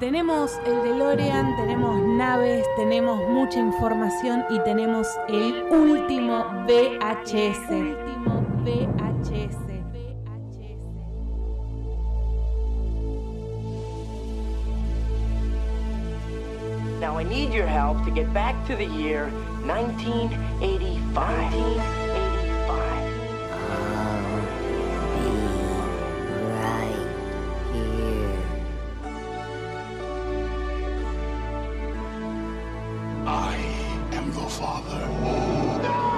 Tenemos el DeLorean, tenemos naves, tenemos mucha información y tenemos el último VHS. El último VHS. Now I need your help to get back to the year 1985. 1985. I am the father.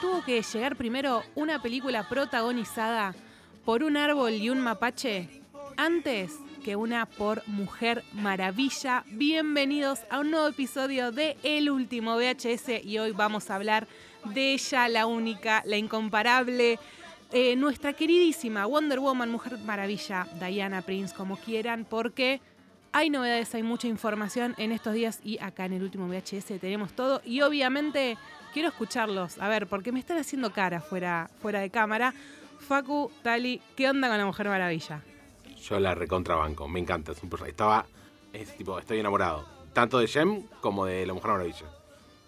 Tuvo que llegar primero una película protagonizada por un árbol y un mapache antes que una por Mujer Maravilla. Bienvenidos a un nuevo episodio de El Último VHS y hoy vamos a hablar de ella, la única, la incomparable, eh, nuestra queridísima Wonder Woman, Mujer Maravilla, Diana Prince, como quieran, porque hay novedades, hay mucha información en estos días y acá en el último VHS tenemos todo. Y obviamente quiero escucharlos, a ver, porque me están haciendo cara fuera, fuera de cámara. Facu, Tali, ¿qué onda con la Mujer Maravilla? Yo la recontrabanco, me encanta, es un personaje. Estaba, es tipo, estoy enamorado. Tanto de Jem como de La Mujer Maravilla.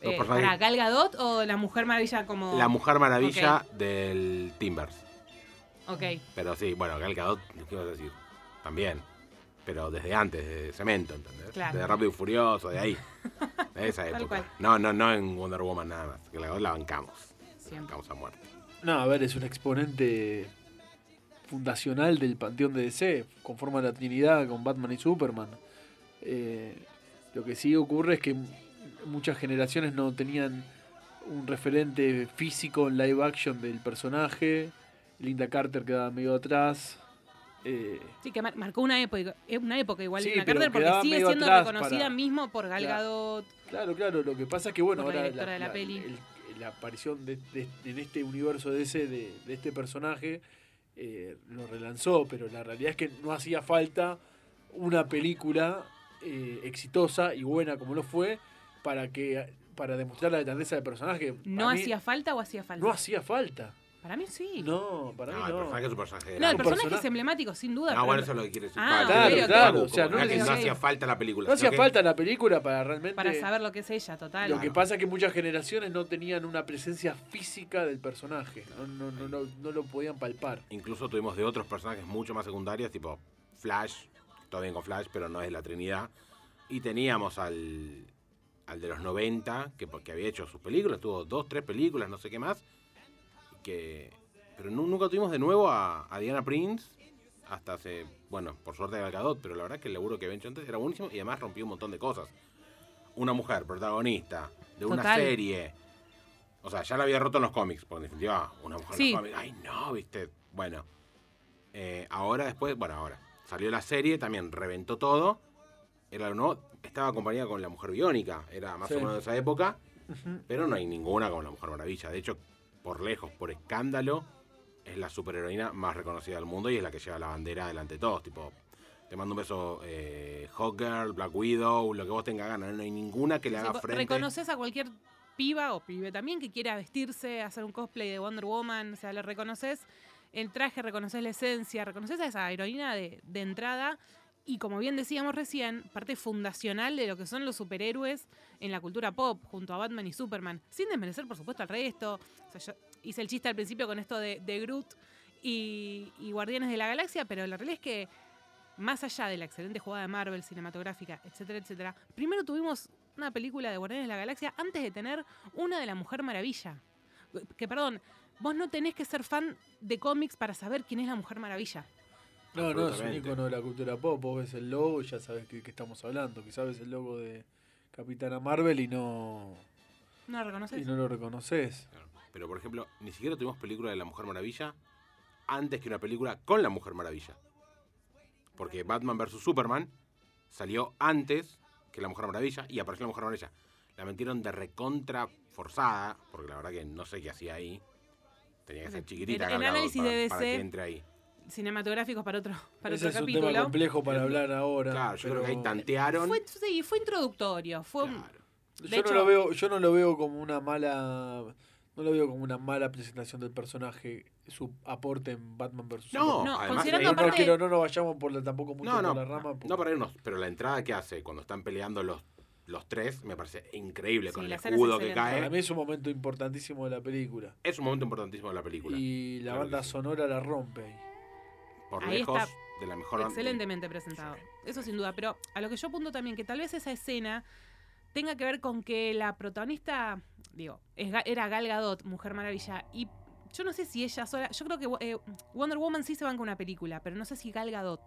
Dos Eh, personajes- ¿Para Gal Gadot o la Mujer Maravilla como.? la Mujer Maravilla del Timbers. Ok. Pero sí, bueno, Gal Gadot, ¿qué vas a decir? También. Pero desde antes, de Cemento, ¿entendés? Claro. De Rápido y Furioso, de ahí. De esa época. cual. No, no, no en Wonder Woman nada más. Gal Gadot la bancamos. La Siempre. bancamos a muerte. No, a ver, es un exponente fundacional del panteón de DC, conforma la Trinidad con Batman y Superman. Eh, lo que sí ocurre es que m- muchas generaciones no tenían un referente físico en live action del personaje. Linda Carter quedaba medio atrás. Eh, Sí, que mar- marcó una época, eh, una época igual Sí, Linda pero Carter porque quedaba sigue medio siendo atrás reconocida para- mismo por Gal Claro. Gadot. Claro, claro, lo que pasa es que bueno, Por la ahora directora de la peli. el- la aparición de, de- en este universo de ese, de, de este personaje, eh, lo relanzó, pero la realidad es que no hacía falta una película eh, exitosa y buena como lo fue para que para demostrar la grandeza del personaje. ¿No A mí hacía falta o hacía falta? no hacía falta. Para mí sí. No, No, para no, mí el no. personaje es un personaje. el grande. un personaje es personaje. emblemático, sin duda. No, pero- bueno, eso es lo que quiere decir. Ah, Facu, Claro, como claro, Facu, o sea, como no que le- no hacía falta la película. No hacía sino que- falta la película para realmente Para saber lo que es ella, total. Lo Claro. que pasa es que muchas generaciones no tenían una presencia física del personaje, no, no, no, no, no lo podían palpar. Incluso tuvimos de otros personajes mucho más secundarios, tipo Flash, todo bien con Flash, pero no es la Trinidad. Y teníamos al, al de los 90, que, que había hecho sus películas, tuvo dos, tres películas, no sé qué más. Que, pero nu- nunca tuvimos de nuevo a, a Diana Prince, hasta hace, bueno, por suerte de Gal Gadot, pero la verdad que el laburo que había hecho antes era buenísimo y además rompió un montón de cosas. Una mujer protagonista de una Total. serie. O sea, ya la había roto en los cómics, porque en definitiva, una mujer Sí. en los cómics. Ay, no, viste. Bueno, eh, ahora después, bueno, ahora salió la serie, también reventó todo. Era lo nuevo, estaba acompañada con la mujer biónica, era más Sí. o menos de esa época, pero no hay ninguna como la mujer maravilla. De hecho, por lejos, por escándalo, es la superheroína más reconocida del mundo y es la que lleva la bandera delante de todos. Tipo, te mando un beso, eh, Hawk Girl, Black Widow, lo que vos tengas ganas. No hay ninguna que le haga Reco- frente. Reconoces a cualquier piba o pibe también que quiera vestirse, hacer un cosplay de Wonder Woman, o sea, le reconoces el traje, reconoces la esencia, reconoces a esa heroína de, de entrada y como bien decíamos recién, parte fundacional de lo que son los superhéroes en la cultura pop, junto a Batman y Superman, sin desmerecer por supuesto al resto. O sea, yo hice el chiste al principio con esto de, de Groot y, y Guardianes de la Galaxia, pero la realidad es que más allá de la excelente jugada de Marvel cinematográfica, etcétera, etcétera, primero tuvimos una película de Guardianes de la Galaxia antes de tener una de la Mujer Maravilla. Que perdón, vos no tenés que ser fan de cómics para saber quién es la Mujer Maravilla. No, no, es un Absolutamente. icono de la cultura pop. Vos ves el logo y ya sabes que, que estamos hablando. Quizás ves el logo de Capitana Marvel y no, ¿No la y reconoces? no lo reconoces. Claro. Pero, por ejemplo, ni siquiera tuvimos película de la Mujer Maravilla antes que una película con la Mujer Maravilla. Porque Batman vs. Superman salió antes que la Mujer Maravilla y apareció la Mujer Maravilla. La metieron de recontra forzada, porque la verdad que no sé qué hacía ahí. Tenía que ser En- chiquitita. en Gal Gadot análisis para, de para DC. que entre ahí. Cinematográficos para otro, para Ese otro es capítulo. un tema complejo para Pero- hablar ahora. Claro, yo creo que ahí pero tantearon. Fue, sí, fue introductorio. Fue un- Claro. Yo de no hecho- lo veo, yo no lo veo como una mala No lo veo como una mala presentación del personaje, su aporte en Batman vs. No, Superman. No, además, eh, considerando no, no aparte- quiero, no nos vayamos por la, tampoco mucho No, no, por la rama. porque- no para irnos, pero la entrada que hace cuando están peleando los, los tres me parece increíble Sí, con el la escena es escudo que excelente. Para cae. mí es un momento importantísimo de la película. Es un momento importantísimo de la película. Y la Claro banda que sí. sonora la rompe. ahí. Por Ahí lejos, está. de la mejor banda- Excelentemente presentado. Eso sin duda. Pero a lo que yo apunto también, que tal vez esa escena tenga que ver con que la protagonista, digo, es Ga- era Gal Gadot, Mujer Maravilla, y yo no sé si ella sola, yo creo que eh, Wonder Woman sí se banca una película, pero no sé si Gal Gadot.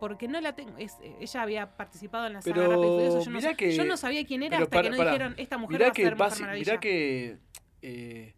Porque no la tengo, es- eh, ella había participado en la saga Pero Rápido y Furioso, yo, no, mirá sa- que- yo no sabía quién era pero hasta que para- no para. dijeron, esta mujer va Mirá a ser que, Mujer basi- Maravilla. mirá que eh,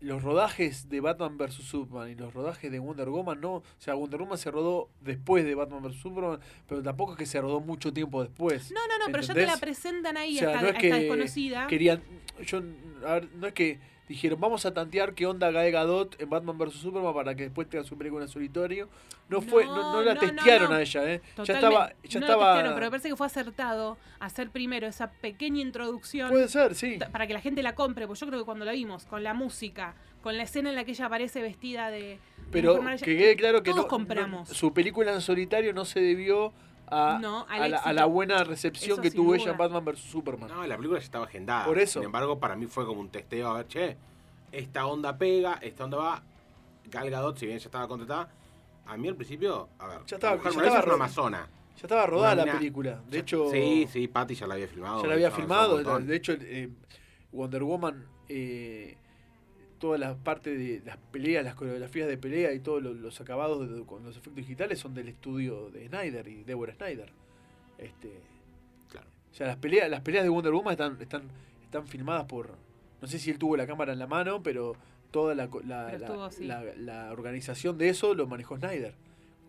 los rodajes de Batman vs. Superman y los rodajes de Wonder Woman no. O sea, Wonder Woman se rodó después de Batman vs. Superman, pero tampoco es que se rodó mucho tiempo después. no, no, no, pero ya te la ¿entendés? presentan ahí, O sea, hasta, no es que desconocida. Querían. Yo, a ver, no es que dijeron, vamos a tantear qué onda Gael Gadot en Batman vs. Superman para que después tenga su película en solitario. No, fue, no, no No, la no, no, testearon no. a ella, ¿eh? Ya Totalmente. estaba. Ya no lo estaba testearon, pero me parece que fue acertado hacer primero esa pequeña introducción Puede ser, sí. ta- para que la gente la compre, porque yo creo que cuando la vimos, con la música, con la escena en la que ella aparece vestida de- de... Pero mujer maravilla, que quede claro que todos no, compramos. no- su película en solitario no se debió a, No, al a, la, a éxito. la buena recepción Eso que sin tuvo duda. ella en Batman vs. Superman. No, la película ya estaba agendada. Por eso. Sin embargo, para mí fue como un testeo a ver, che, esta onda pega, esta onda va. Gal Gadot, si bien ya estaba contratada, a mí al principio, a ver, Ya estaba- la Mujer ya Maravilla estaba es una ro- amazona. Ya estaba rodada Una la mina- película. De Ya- hecho, Sí, sí, Patty ya la había filmado. ya la había avanzó un filmado. montón. De hecho, eh, Wonder Woman, eh, todas las partes de las peleas, las coreografías de pelea y todos lo- los, acabados de- con los efectos digitales son del estudio de Snyder y Deborah Snyder. Este, Claro. O sea, las peleas, las peleas de Wonder Woman están, están, están filmadas por. No sé si él tuvo la cámara en la mano, pero toda la, co- la, Pero la- estuvo, sí. la- la organización de eso lo manejó Snyder.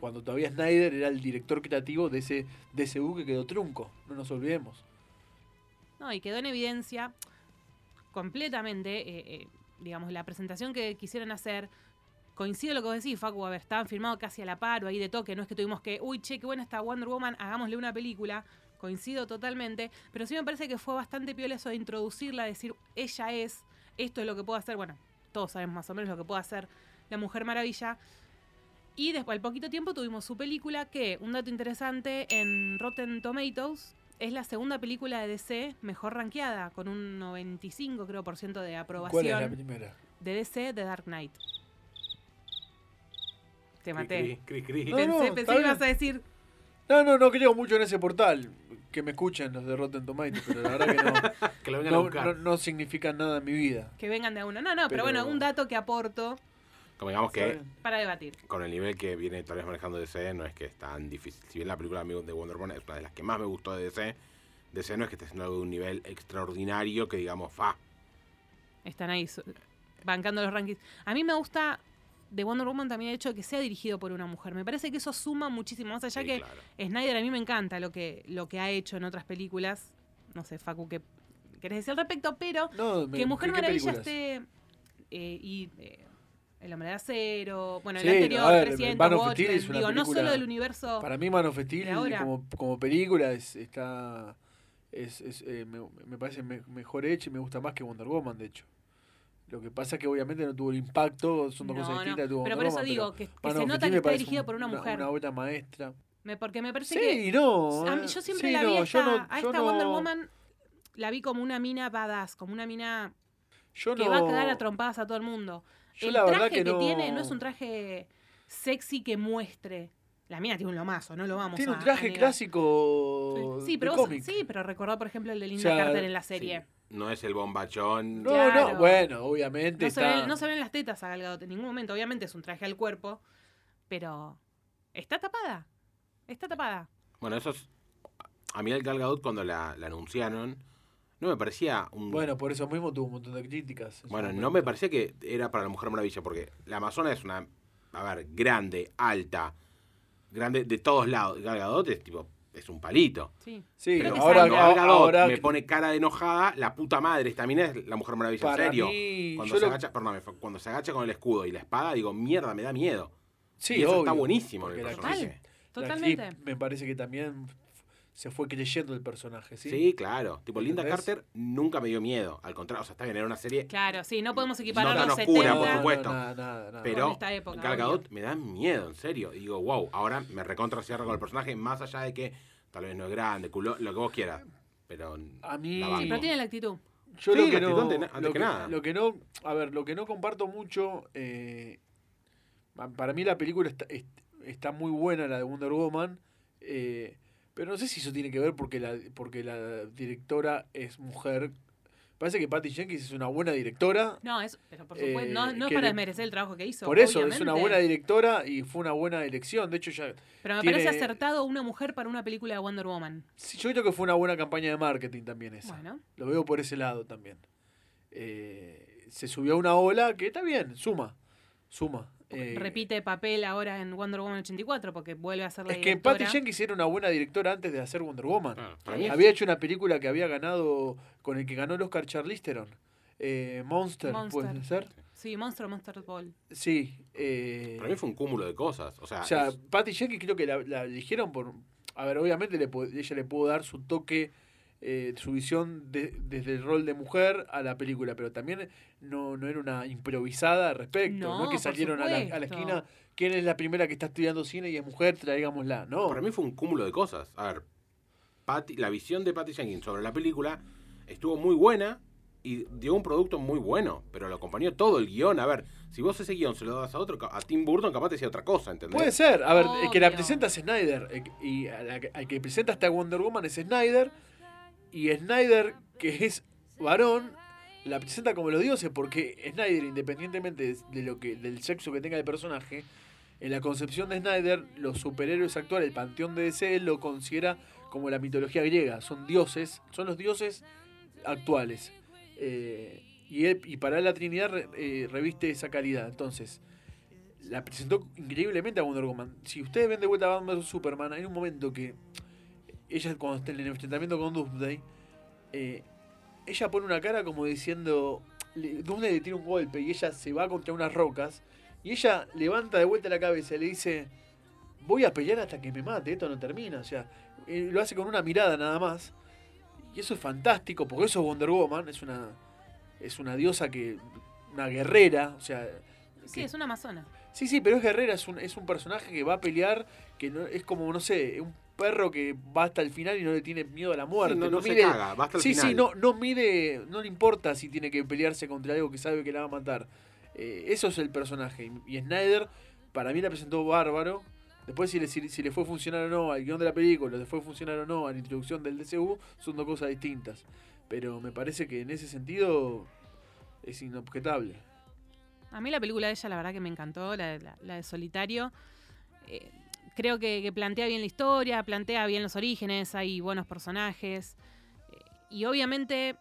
Cuando todavía Snyder era el director creativo de ese, de ese buque que quedó trunco, no nos olvidemos. No, y quedó en evidencia completamente, eh, eh, digamos, la presentación que quisieron hacer. Coincido lo que vos decís, Facu, a ver, estaban filmados casi a la par o ahí de toque, no es que tuvimos que, uy, che, qué buena está Wonder Woman, hagámosle una película. Coincido totalmente, pero sí me parece que fue bastante piola eso de introducirla, decir, ella es, esto es lo que puede hacer, bueno, todos sabemos más o menos lo que puede hacer la Mujer Maravilla. Y después, al poquito tiempo, tuvimos su película que, un dato interesante, en Rotten Tomatoes es la segunda película de DC mejor rankeada, con un 95, creo, por ciento de ¿Cuál es la aprobación primera? de DC de Dark Knight. Te maté. Cri, cri, cri, cri. No, Pensé, no, pensé está que ibas bien. a decir, No, no, no creo mucho en ese portal. Que me escuchen los de Rotten Tomatoes, pero la verdad Que lo que vengan a no. no, buscar. no, no significan nada en mi vida. que vengan de a uno. No, no, pero, Pero- bueno, un dato que aporto Como digamos que ¿Saben? para debatir. con el nivel que viene tal vez manejando DC, no es que es tan difícil. Si bien la película Amigos de Wonder Woman es una de las que más me gustó de DC, DC no es que esté haciendo algo de un nivel extraordinario que digamos, fa. Están ahí su- bancando los rankings. A mí me gusta de Wonder Woman también el hecho de que sea dirigido por una mujer. Me parece que eso suma muchísimo. Más allá Sí, que claro. Snyder a mí me encanta lo que, lo que ha hecho en otras películas. No sé, Facu, ¿qué querés decir al respecto? Pero No, me- que Mujer ¿qué Maravilla películas? esté... eh, y eh, El Hombre de Acero, bueno, Sí, el no, anterior, a ver, 300, Man of Steel Watchmen, es una digo, no película- solo del universo... Para mí Man of Steel de ahora. como, como película es, está es, es, eh, me, me parece me- mejor hecha y me gusta más que Wonder Woman, de hecho. Lo que pasa es que obviamente no tuvo el impacto, son dos No, cosas no, distintas. tuvo pero por Wonder eso Woman, digo que, que Man se of nota Steel que me está parece dirigido un- por una mujer. Una obra maestra. Me- porque me parece Sí, que no. A eh, mí- yo siempre sí, la vi no, a yo esta, no- a yo esta Wonder no- Woman, la vi como una mina badass, como una mina yo que va a no- cagar a trompadas a todo el mundo. yo el la verdad traje que, no- tiene no es un traje sexy que muestre. La mina tiene un lomazo, no lo vamos Tiene a un a traje negar. clásico. Sí, pero de vos- cómic. sí, pero recordá, por ejemplo, el de O Linda sea, Carter en la serie. Sí. No es el bombachón. No, Claro. no, bueno, obviamente No se, está. ven, no se ven las tetas a Gal Gadot en ningún momento. Obviamente es un traje al cuerpo, pero está tapada. Está tapada. Bueno, eso es. A mí el Gal Gadot cuando la, la anunciaron, no me parecía un. Bueno, pues, por eso mismo tuvo un montón de críticas. en su Bueno, no momento. me parecía que era para la Mujer Maravilla, porque la Amazona es una, a ver, grande, alta, grande de todos lados. Gal Gadot es tipo, es un palito. Sí. Sí, Creo que ahora, salió. ahora, Gal Gadot ahora- me pone cara de enojada, la puta madre, esta mina es la Mujer Maravilla, Para en serio. mí, cuando yo se lo- agacha, perdóname, fue- cuando se agacha con el escudo y la espada, digo, mierda, me da miedo. Sí, y eso está obvio, buenísimo en el porque la personaje. Total. actriz- la actriz Totalmente. me parece que también se fue creyendo el personaje, ¿sí? Sí, claro. Tipo, Linda ¿Entendés? Carter nunca me dio miedo. Al contrario, o sea, está bien, era una serie. Claro, sí, no podemos equiparar No tan los oscura, 70. por supuesto. Nada, nada, nada. Con Pero esta época, Gal Gadot obvio. me da miedo, en serio. Y digo, wow, ahora me recontra cierro con el personaje, más allá de que tal vez no es grande, culo, lo que vos quieras. Pero. A mí- la banco. Sí, Pero tiene la actitud. Yo Sí, lo que la no. actitud ante- antes lo que nada. lo que no. A ver, lo que no comparto mucho. eh, pa- para mí la película está, est- está muy buena, la de Wonder Woman. eh, pero no sé si eso tiene que ver porque la, porque la directora es mujer. Parece que Patty Jenkins es una buena directora. No, es, pero por Eh, supuesto, no, no es que- para desmerecer el trabajo que hizo. Por eso es obviamente. una buena directora y fue una buena elección. De hecho, ya, Pero me tiene- parece acertado una mujer para una película de Wonder Woman. sí, yo creo que fue una buena campaña de marketing también esa. Bueno, Lo veo por ese lado también. Eh, se subió a una ola que está bien, suma. Suma. Eh, repite papel ahora en Wonder Woman 84 porque vuelve a ser la Eh, Es que directora. Patty Jenkins era una buena directora antes de hacer Wonder Woman. Claro, Ah, para mí es- Había hecho una película que había ganado, con el que ganó el Oscar Charlize Theron. Eh, Monster, Monster. ¿puede ser? Sí, Monster, Monster Ball. Sí. eh, Para mí fue un cúmulo de cosas. O sea, o sea, es- Patty Jenkins creo que la, la eligieron por... A ver, obviamente le, po- ella le pudo dar su toque, eh, su visión de- desde el rol de mujer a la película, pero también no, no era una improvisada al respecto, no, No, que por salieron a la, a la supuesto. esquina, ¿quién es la primera que está estudiando cine y es mujer? Traigámosla, no. para mí fue un cúmulo de cosas. A ver, Patty- la visión de Patty Jenkins sobre la película estuvo muy buena y dio un producto muy bueno, pero lo acompañó todo el guión. A ver, si vos ese guión se lo das a otro, ca- a Tim Burton capaz te decía otra cosa, ¿entendés? Puede ser. A ver, el que la Obvio. presenta es Snyder. eh, Y a la que- al que presenta hasta Wonder Woman es Snyder. Y Snyder, que es varón, la presenta como los dioses. Porque Snyder, independientemente de- de lo que, del sexo que tenga el personaje, en la concepción de Snyder, los superhéroes actuales, el panteón de DC, lo considera como la mitología griega. Son dioses, son los dioses actuales. Eh, y, él- y para él la Trinidad re- eh, reviste esa calidad. Entonces, la presentó increíblemente a Wonder Woman. Si ustedes ven de vuelta a Batman vs Superman, hay un momento que ella, cuando está en el enfrentamiento con Doomsday, eh, ella pone una cara como diciendo: le- Doomsday le tira un golpe y ella se va contra unas rocas. Y ella levanta de vuelta la cabeza y le dice: Voy a pelear hasta que me mate, esto no termina. O sea, eh, lo hace con una mirada nada más. Y eso es fantástico, porque eso es Wonder Woman, es una, es una diosa que. una guerrera, o sea. Sí, que- es una amazona. Sí, sí, pero es guerrera, es un, es un personaje que va a pelear, que no, es como, no sé, un perro que va hasta el final y no le tiene miedo a la muerte. Sí, no, no se mide- caga, va hasta el sí, final. sí, no, no mide, no le importa si tiene que pelearse contra algo que sabe que la va a matar. Eh, eso es el personaje. Y, y Snyder, para mí la presentó bárbaro. Después si le, si, si le fue a funcionar o no al guión de la película, le fue a funcionar o no a la introducción del DCU, son dos cosas distintas. Pero me parece que en ese sentido es inobjetable. A mí la película de ella, la verdad que me encantó, la de, la- la de Solitario. Eh, creo que, que plantea bien la historia, plantea bien los orígenes, hay buenos personajes. Eh, y obviamente,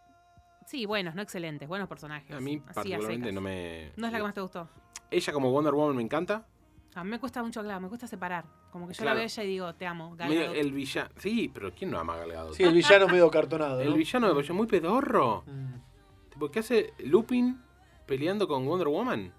sí, buenos, no excelentes, buenos personajes. A mí así, a particularmente secas. no me... No es la que más te gustó. Ella como Wonder Woman me encanta. A mí me cuesta mucho, claro, me cuesta separar. Como que yo la Claro. veo a ella y digo, te amo, Gal Medio Gadot. el villano... Sí, pero ¿quién no ama a Gal Gadot? Ah, Sí, el villano medio Mm. cartonado. El villano me pareció muy pedorro. Tipo, ¿qué hace Lupin peleando con Wonder Woman?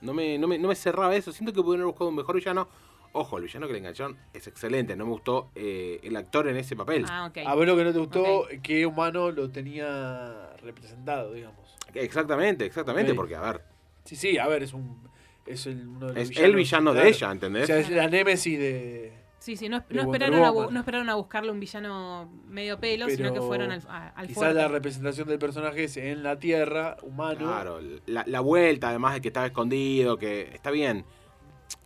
No me, no me, no me cerraba eso. Siento que pudieron haber buscado un mejor villano. Ojo, el villano que le engancharon es excelente. No me gustó eh, el actor en ese papel. Ah, ok. A ver lo que no te gustó, eh, Ok. qué humano lo tenía representado, digamos. Exactamente, exactamente. Ok. Porque, a ver, Sí, sí, a ver, es un. Es el, uno de los es villanos, el villano de claro. ella, ¿entendés? O sea, es la némesis de. Sí, sí, no, es- de no Wonder esperaron a, bu- Woman. no esperaron a buscarle un villano medio pelo, sino que Pero fueron al, a- al Quizás fuerte. la representación del personaje es en la tierra, humano. Claro, la, la vuelta, además de que estaba escondido, que está bien.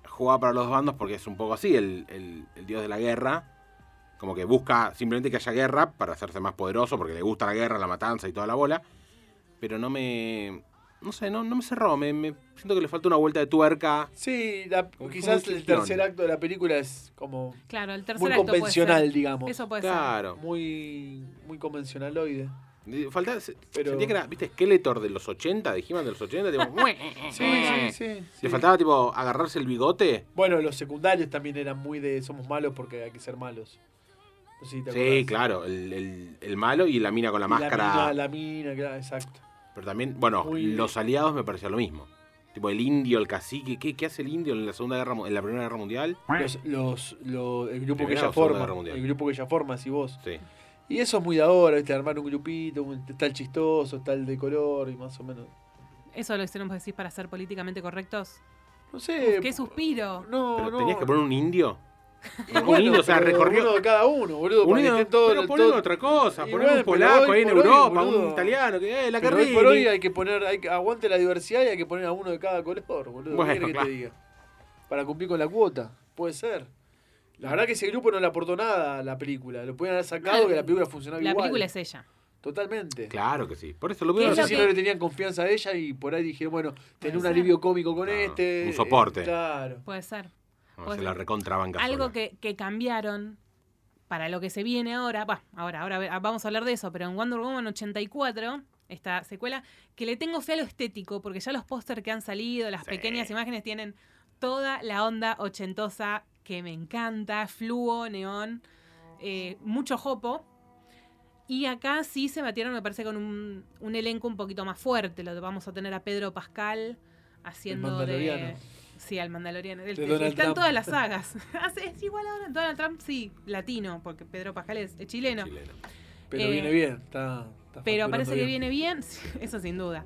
Jugaba para los dos bandos porque es un poco así, el, el- el dios de la guerra. Como que busca simplemente que haya guerra para hacerse más poderoso, porque le gusta la guerra, la matanza y toda la bola. Pero no me. No sé, no, no me cerró. Me, me- siento que le falta una vuelta de tuerca. Sí, la- Como- quizás como un el tercer ciclón. acto de la película es como Claro, el tercer muy acto puede ser. convencional, digamos. Eso puede ser. Claro. Muy, muy convencionaloide. Eh, Falta. se- Pero- Sentía que era, ¿viste? Skeletor de los 80, de He-Man de los 80. tipo, ¡mue! Sí, sí, sí, Le sí. faltaba, tipo, agarrarse el bigote. Bueno, los secundarios también eran muy de somos malos porque hay que ser malos. No sé si te Sí, acordás. claro, el, el- el malo y la mina con la Y máscara. La mina, la mina, claro, exacto. Pero también, bueno, Muy- los aliados me pareció lo mismo. Tipo el indio, el cacique, ¿qué, qué hace el indio en la segunda guerra mu- en la primera guerra mundial? Los, los- lo- el grupo que Primera ella o Segunda forma. Guerra Mundial. El grupo que ella forma, si vos. Sí. Y eso es muy de ahora, ¿viste? Armar un grupito, un- está el chistoso, está el de color y más o menos. Eso lo hicieron, vos decís, para ser políticamente correctos. No sé. ¡Qué suspiro! Eh, No, Pero no. tenías que poner un indio. Y un indio, o sea, pero recorrió- Uno de cada uno, boludo. para que Unido, estén todos- pero poner todos- otra cosa, Y poner bueno, un pero polaco hoy ahí en por hoy, Europa, un boludo. italiano, que eh, la Pero hoy por Carlini. hoy hay que poner, hay que- aguante la diversidad y hay que poner a uno de cada color, boludo. ¿Qué Bueno, querés que claro. te diga? Para cumplir con la cuota, puede ser. La verdad que ese grupo no le aportó nada a la película. Lo podían haber sacado que la película funcionaba Ah, La igual. película es ella. Totalmente. Claro que sí. Por eso lo ¿Qué veo No es lo sé así. si que- no le tenían confianza a ella y por ahí dijeron, bueno, tener un ser. alivio cómico con Ah, este. un eh, soporte. claro. Puede ser. No, Pues- se la recontrabanca. Algo sola. que, que cambiaron para lo que se viene ahora, bah, ahora, ahora ve- vamos a hablar de eso, pero en Wonder Woman 84, esta secuela, que le tengo fe a lo estético, porque ya los póster que han salido, las Sí. pequeñas imágenes tienen toda la onda ochentosa que me encanta, fluo, neón, eh, mucho jopo. Y acá sí se batieron, me parece, con un, un elenco un poquito más fuerte. Lo vamos a tener a Pedro Pascal haciendo de. Mandaloriano. Sí, al Mandaloriano. El- De Donald Están Trump. todas las sagas. Ah, sí, es igual ahora. Donald Trump sí, latino, porque Pedro Pascal es, es chileno. Chileno. Pero Eh, viene bien. Está, Pero está facturando parece que bien. viene bien, sí, eso sin duda.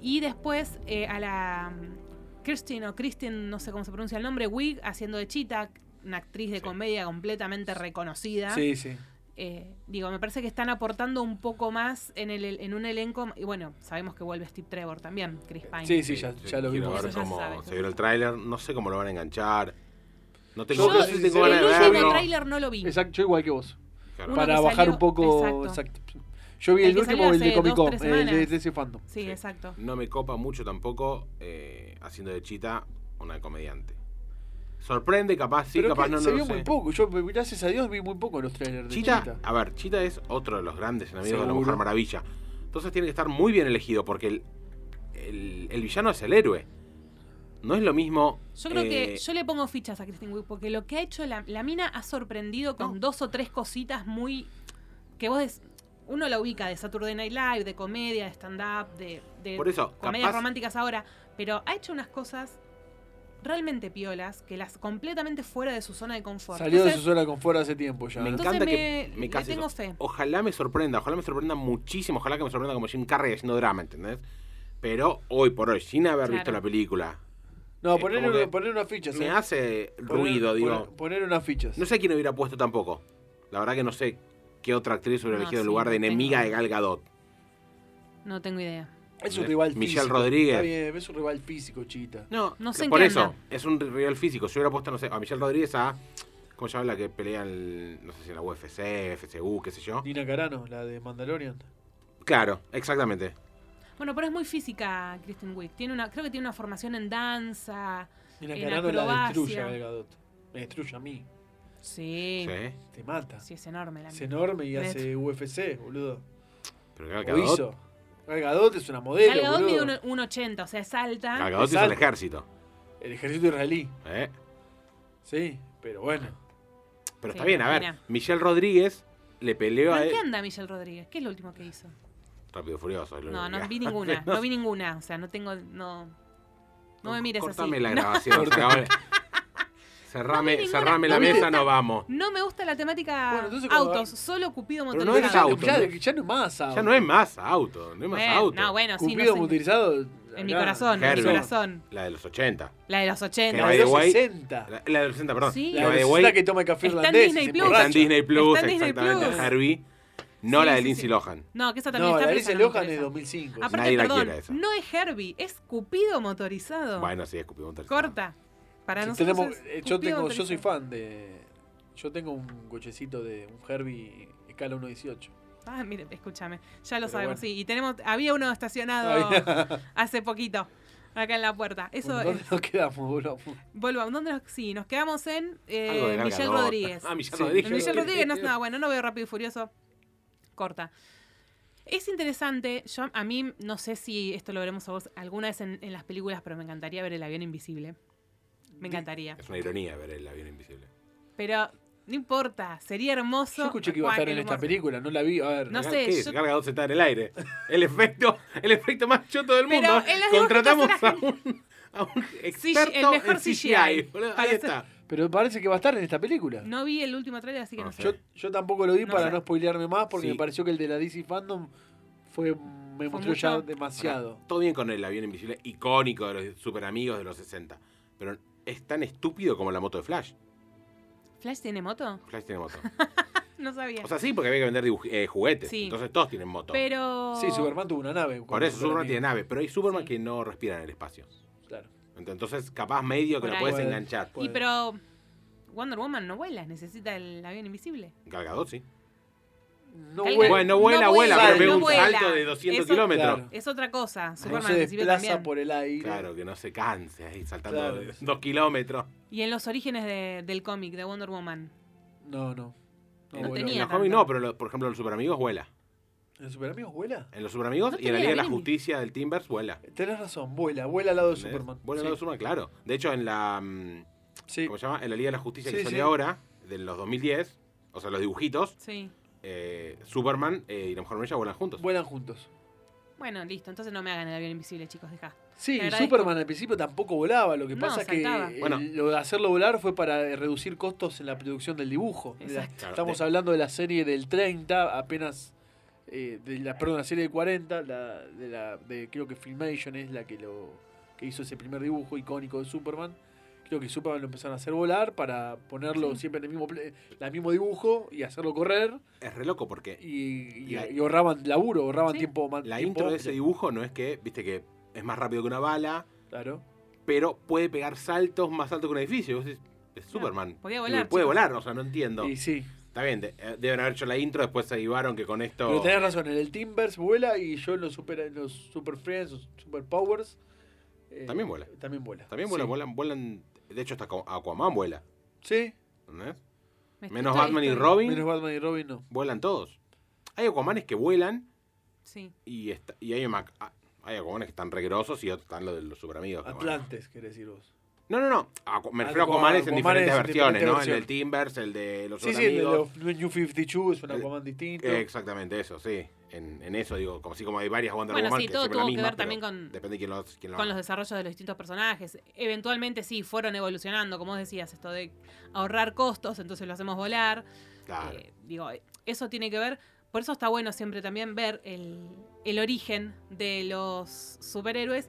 Y después eh, a la mm, Kirsten o Kristen, no sé cómo se pronuncia el nombre, Wig, haciendo de Cheetah, una actriz de Sí. comedia completamente reconocida. Sí, sí. Eh, digo, me parece que están aportando un poco más en, el, en un elenco. Y bueno, sabemos que vuelve Steve Trevor también, Chris Pine. Sí, sí, ya, ya lo quiero vimos. Eso ver ya se cómo sabe. se vio el tráiler. No sé cómo lo van a enganchar. No Yo, tengo, Yo no creo sé que si sí, tengo sí. ganas el de último verlo. tráiler no lo vi. Exacto, yo igual que vos. Claro. Uno para que bajar salió- un poco. exacto. exacto. Yo vi El el, que último, salió el de hace Comic dos, Con, eh, tres el de semanas. DC Fandom. Sí, Sí. exacto. No me copa mucho tampoco eh, haciendo de chita una comediante. Sorprende, capaz sí, Pero capaz que no, no se lo vio sé. muy poco. Yo, gracias a Dios, vi muy poco los trailers de Chita, Chita. a ver, Chita es otro de los grandes enemigos de la Seguro. Mujer Maravilla. Entonces tiene que estar muy bien elegido porque el, el- el villano es el héroe. No es lo mismo. Yo creo que eh, yo le pongo fichas a Kristen Wiig porque lo que ha hecho la, la mina ha sorprendido con No. dos o tres cositas muy que vos des- uno la ubica de Saturday Night Live, de comedia, de stand up, de, de Por eso, comedias capaz- románticas ahora, pero ha hecho unas cosas realmente piolas que las completamente fuera de su zona de confort. Salió de su Entonces, zona con fuera hace tiempo ya. Me ¿no? encanta que me- me le case tengo eso. fe. Ojalá me sorprenda, ojalá me sorprenda muchísimo, ojalá que me sorprenda como Jim Carrey haciendo drama, ¿entendés? Pero hoy por hoy, sin haber Claro. visto la película, No, eh, poner, como una, que poner unas fichas. me eh. hace Poner- ruido, poner- digo. Poner unas fichas. No sé quién hubiera puesto tampoco. La verdad que no sé qué otra actriz hubiera No, elegido en sí, lugar de no enemiga tengo. de Gal Gadot. No tengo idea. es un rival eh, Michelle físico. Rodríguez. Está bien, es un rival físico, Chita. No, No sé pero en por qué eso, anda. es un real físico. Si hubiera puesto, no sé, a Michelle Rodríguez a. ¿Cómo se llama la que pelea en. No sé si en la UFC, FCU, qué sé yo? Nina Carano, la de Mandalorian. Claro, exactamente. Bueno, pero es muy física Kristen Wiig. Tiene una creo que tiene una formación en danza. Nina En Carano la acrobacia. destruye a Gal Gadot. Me destruye a mí. Sí. Sí. Sí, Te mata. es enorme la Es mina. enorme y Me hace UFC, boludo. Pero Gal O Gadot. hizo. Gal Gadot es una modelo, Gal Gadot mide boludo. un- un 1,80, o sea, es alta. Gal Gadot hizo el Exacto. ejército. El ejército israelí. ¿eh? Sí, pero bueno. Pero Sí, está bien, a ver. mira. Michelle Rodríguez le peleó ¿Pero a en qué él. anda Michelle Rodríguez? ¿Qué es lo último que hizo? Rápido y Furioso. es lo No, único no que- vi ninguna. No vi ninguna. O sea, no tengo. No, no me mires Cortame así. la No, grabación. se acabó. No vi Cerrame, ninguna. cerrame la No vi mesa, ninguna. no vamos. no me gusta la temática Bueno, entonces, como- autos. Solo Cupido Pero no motorizado. es auto. Ya, ¿no? ya no es más auto. Ya no es más auto, no es más Bueno, auto. No, bueno, Ah, sí. Cupido no sé. motorizado. En mi acá, corazón, en mi Herbie. corazón. La de los 80. La de los 80. Que La by de the los way, 60. La, la de los 80, perdón. Sí. Que La by the de way, la que toma café Está en irlandés. Disney y se Plus. Está en emborracha. Disney Plus, Está en Disney exactamente, Plus. Herbie. No Sí, la de sí, Lindsay sí. Lohan. No, que esa también No, está la presa, de Lindsay no me Lohan es interesa. 2005. Aparte, Nadie la perdón, quiere esa. no es Herbie, es Cupido motorizado. Bueno, sí, escupió un tercero. Corta. Para Si nosotros. tenemos- es eh, yo, Cupido tengo, yo motorizado. soy fan de. Yo tengo un cochecito de un Herbie escala 1.18. Ah, mire, escúchame. Ya lo Pero sabemos, bueno. sí. Y tenemos, había uno estacionado hace poquito, acá en la puerta. Eso Bueno, ¿Dónde es. nos quedamos, boludo? Volvamos, ¿dónde nos- Sí, nos quedamos en eh, Algo de Gal Michelle Gadot. Rodríguez. Ah, Michelle Sí. En Rodríguez. Michelle Rodríguez. Rodríguez no es nada bueno, no veo rápido y furioso. Corta. Es interesante, yo a mí no sé si esto lo veremos a vos alguna vez en, en las películas, pero me encantaría ver el avión invisible. Me encantaría. Es una ironía ver el avión invisible. Pero no importa, sería hermoso. Yo escuché que iba a Guau, estar en qué esta hermoso. película, no la vi. A ver, No Gal- sé, ¿qué es? yo- Gal Gadot se está en el aire. El efecto, el efecto más choto del Pero mundo. en las dibujitas Contratamos era a un, a un Sí, experto el mejor en CGI. CGI, boludo. para Ahí hacer- está. Pero parece que va a estar en esta película. No vi el último trailer, así que no, No, sé. Yo, yo tampoco lo vi No para sé. no spoilearme más porque Sí. me pareció que el de la DC Fandom fue me Fue mostró mucho. ya demasiado. Todo bien con el avión invisible icónico de los super amigos de los 60. Pero es tan estúpido como la moto de Flash. ¿Flash tiene moto? Flash tiene moto. No sabía. O sea, sí, porque había que vender dibuj- eh, juguetes. Sí. Entonces todos tienen moto. pero. Sí, Superman tuvo una nave. Por cuando eso fue Superman amigo. tiene nave. Pero hay Superman Sí. que no respira en el espacio. Claro. Ent- Entonces, capaz medio Por que lo ahí. puedes Puede. enganchar. Y pero. Wonder Woman no vuela, necesita el avión invisible. Galgadot, sí. No Alguien- vuela. Bueno, vuela, No vuela, vuela, pero pega no un vuela. salto de 200 Eso- kilómetros. Claro. Claro. Es otra cosa. Ah. no Superman se recibe desplaza también. por el aire. que no se canse ahí saltando Claro. de dos kilómetros. Y en los orígenes de- del cómic de Wonder Woman. No, no. No, No vuela. En tenía. los cómics tanto. no, pero lo- por ejemplo en los superamigos vuela. ¿En Superamigos vuela? En los superamigos No y en la tenía Liga de la bien. Justicia del Timbers vuela. Tenés razón, vuela, vuela al lado de ¿Entendés? Superman. Vuela al sí. lado de Superman, claro. De hecho, en la mm, Sí. ¿cómo se llama? En la Liga de la Justicia Sí, que salió sí. ahora, de los 2010, o sea, los dibujitos, Sí. eh, Superman eh, y la Mujer Maravilla vuelan juntos. Vuelan juntos. Bueno, listo. Entonces no me hagan el avión invisible, chicos, deja. Sí, Te y agradezco. Superman al principio tampoco volaba. Lo que No, pasa es que saltaba. eh, Bueno. lo de hacerlo volar fue para eh, reducir costos en la producción del dibujo. De la- Exacto. Claro, Estamos de- hablando de la serie del 30, apenas. eh, de la, perdón, la serie del 40, la, de la, de, creo que Filmation es la que lo que hizo ese primer dibujo icónico de Superman. Creo que Superman lo empezaron a hacer volar para ponerlo Sí. siempre en el mismo, pla- la mismo dibujo y hacerlo correr. es re loco porque Y, y- La- y ahorraban laburo, ahorraban Sí. tiempo más. la tiempo intro de amplio. ese dibujo no es que, viste que es más rápido que una bala, Claro. pero puede pegar saltos más altos que un edificio. Y vos decís, es Superman. podía Digo, volar, Puede chicos. volar, o sea, no entiendo. Y sí. Está bien, de- eh, deben haber hecho la intro, después se llevaron que con esto. Pero tenés razón, en el Timbers vuela y yo en los Super, en los super Friends, los Super Powers. eh, También vuela. También vuela. También vuelan, Sí. vuelan, vuelan. De hecho, hasta Aqu- Aquaman vuela. Sí, ¿entendés? Me Menos estoy- Batman y estoy- Robin, menos Batman y Robin no. vuelan todos. Hay Aquamanes que vuelan Sí. y, está- y hay, Mac- ah, hay Aquamanes que están regrosos y otros están los de los superamigos. Ah, que, bueno. Atlantes, querés decir vos. No, no, no. Aqu- me Ah, refiero a Aquamanes en Aquamanes diferentes en versiones, diferentes ¿no? El del versiones. Timbers, el de los Sí, sí, el de superamigos. los New 52 es un El- Aquaman distinto. Eh, exactamente eso, sí. En, en eso digo, como así como hay varias Wonder Bueno, Woman sí, que todo siempre tuvo la que misma, ver también pero con- depende de quién lo, quién lo Con los haga. desarrollos de los distintos personajes. Eventualmente sí, fueron evolucionando, como vos decías, esto de ahorrar costos, entonces lo hacemos volar. Claro. Eh, digo, eso tiene que ver. Por eso está bueno siempre también ver el, el origen de los superhéroes.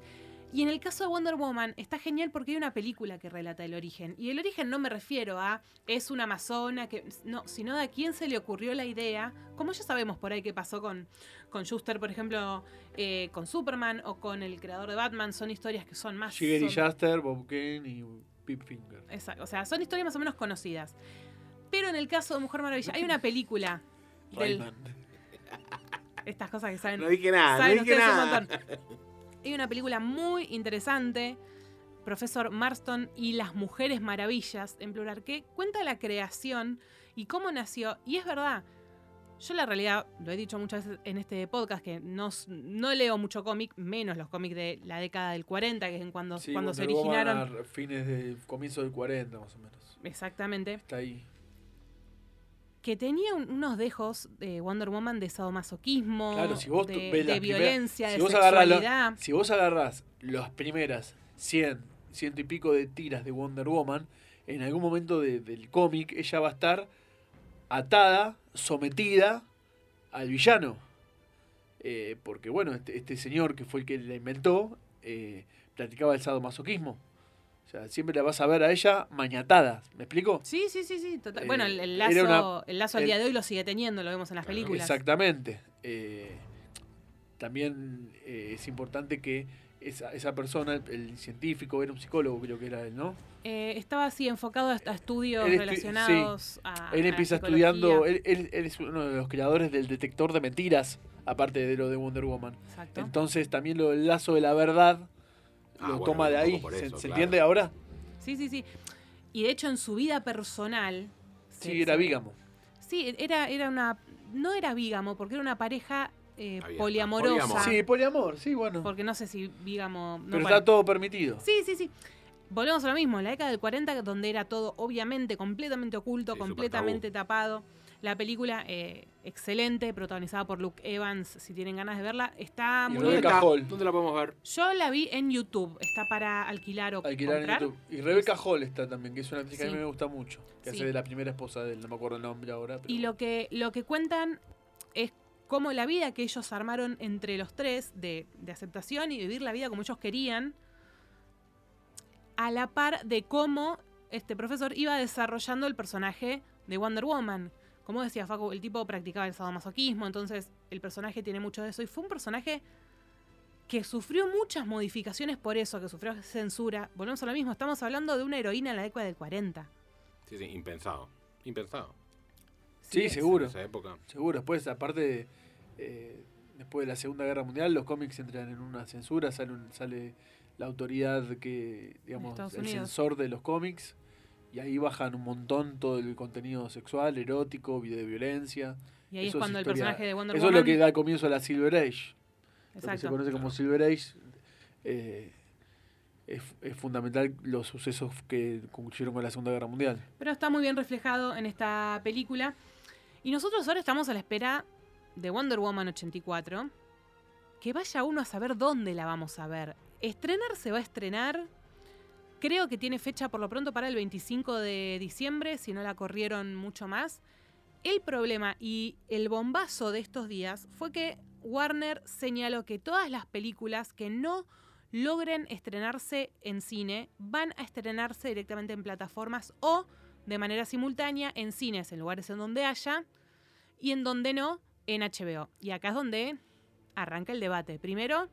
Y en el caso de Wonder Woman está genial porque hay una película que relata el origen. Y el origen no me refiero a es una amazona, que, no, sino de a quién se le ocurrió la idea. Como ya sabemos por ahí qué pasó con, con Schuster, por ejemplo, eh, con Superman o con el creador de Batman. Son historias que son más... Shigeru son- Jaster, Bob Kane y Pip Finger. Exacto. O sea, son historias más o menos conocidas. Pero en el caso de Mujer Maravilla, hay una película. del- Rayman. estas cosas que saben, No dije nada, saben no dije ustedes un nada. montón. Hay una película muy interesante, Profesor Marston y las Mujeres Maravillas, en plural, que cuenta la creación y cómo nació. Y es verdad, yo la realidad, lo he dicho muchas veces en este podcast, que no, s- no leo mucho cómic, menos los cómics de la década del 40, que es en cuando, Sí, cuando se Wonder Woman ah. originaron. a fines del comienzo del 40, más o menos. Exactamente. Está ahí. que tenía un- unos dejos de Wonder Woman de sadomasoquismo, Claro, si vos tu- de, ves de las primeras- violencia, si de vos agarrás lo- sexualidad. Si vos agarrás las primeras 100, ciento y pico de tiras de Wonder Woman, en algún momento de- del cómic ella va a estar atada, sometida al villano. Eh, porque bueno, este, este señor que fue el que la inventó, eh, practicaba el sadomasoquismo. O sea, siempre la vas a ver a ella mañatada. ¿Me explico? Sí, sí, sí, sí. total. Eh, bueno, el, el era lazo, una- el lazo al día el- de hoy lo sigue teniendo, lo vemos en las Claro. películas. Exactamente. Eh, también eh, es importante que esa, esa persona, el, el científico, era un psicólogo, creo que era él, ¿no? Eh, estaba así enfocado a, a estudios Él estu- relacionados a. a él la empieza Ah, psicología. estudiando, él, él- él es uno de los creadores del detector de mentiras, aparte de lo de Wonder Woman. Exacto. Entonces también lo del lazo de la verdad Ah, lo bueno, toma de un ahí. poco por ¿Se, eso, se claro. entiende ahora? Sí, sí, sí. Y de hecho, en su vida personal. Sí, se- era se- bígamo. Sí, era, era una. No era bígamo, porque era una pareja eh, Abierta. poliamorosa. Poliamor. Ah. Sí, poliamor, sí, bueno. Porque no sé si bígamo. no, pero bueno. está todo permitido. Sí, sí, sí. Volvemos a lo mismo, en la década del 40, donde era todo obviamente completamente oculto, Sí, súper completamente tapado. La película, eh, excelente, protagonizada por Luke Evans, si tienen ganas de verla, está Y muy ¿Dónde, bien. Rebecca está? Hall. ¿Dónde la podemos ver? Yo la vi en YouTube, está para alquilar o Alquilar en comprar. YouTube. Y Rebecca Hall está también, que es una actriz que a mí Sí. me gusta mucho. Que Sí. hace de la primera esposa de él, no me acuerdo el nombre ahora. Pero Y lo que, lo que cuentan es cómo la vida que ellos armaron entre los tres, de, de aceptación y vivir la vida como ellos querían, a la par de cómo este profesor iba desarrollando el personaje de Wonder Woman. Como decía Facu, el tipo practicaba el sadomasoquismo, entonces el personaje tiene mucho de eso. Y fue un personaje que sufrió muchas modificaciones por eso, que sufrió censura. Volvemos a lo mismo, estamos hablando de una heroína en la década del 40. Sí, sí, impensado. Impensado. Sí, es. seguro. En esa época. Seguro, después, aparte, eh, después de la Segunda Guerra Mundial, los cómics entran en una censura, sale, un- sale la autoridad que, digamos, Estados el Unidos. censor de los cómics, y ahí bajan un montón todo el contenido sexual, erótico, video de violencia. Y ahí es Eso es cuando el historia- personaje de Wonder Eso Woman... es lo que da comienzo a la Silver Age. Lo que se Exacto. conoce como Silver Age. eh, es, es fundamental los sucesos que concluyeron con la Segunda Guerra Mundial. Pero está muy bien reflejado en esta película. Y nosotros ahora estamos a la espera de Wonder Woman 84. Que vaya uno a saber dónde la vamos a ver. Estrenar se va a estrenar. Creo que tiene fecha por lo pronto para el 25 de diciembre, si no la corrieron mucho más. El problema y el bombazo de estos días fue que Warner señaló que todas las películas que no logren estrenarse en cine van a estrenarse directamente en plataformas o de manera simultánea en cines, en lugares en donde haya y en donde no, en HBO. Y acá es donde arranca el debate. Primero,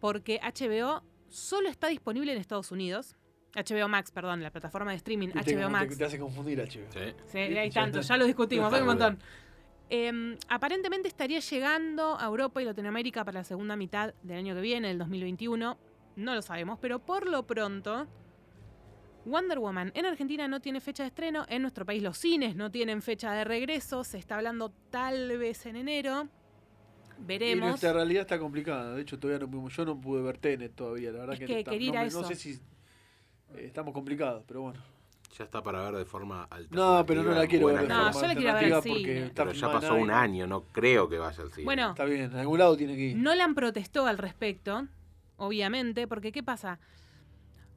porque HBO solo está disponible en Estados Unidos. HBO Max, perdón, la plataforma de streaming Viste HBO cómo te- Max. Te, hace confundir, HBO. Sí. Sí, hay Ya tanto, está. ya lo discutimos, hay un Seguro. montón. Eh, aparentemente estaría llegando a Europa y Latinoamérica para la segunda mitad del año que viene, el 2021. No lo sabemos, pero por lo pronto, Wonder Woman en Argentina no tiene fecha de estreno. En nuestro país los cines no tienen fecha de regreso. Se está hablando tal vez en enero. Y Veremos. nuestra realidad está complicada. De hecho, todavía no pudimos. Yo no pude ver Tenet todavía. La verdad Es que, que está- quería no, ir a me- no eso. sé si eh, estamos complicados, pero bueno. Ya está para ver de forma alternativa. No, pero no la quiero buena ver. de No, forma calidad. yo la quiero ver en alternativa cine. porque está Pero ya filmada pasó en un IMAX. año, no creo que vaya al cine. Bueno, Está bien, en algún lado tiene que ir. Nolan protestó al respecto, obviamente, porque ¿qué pasa?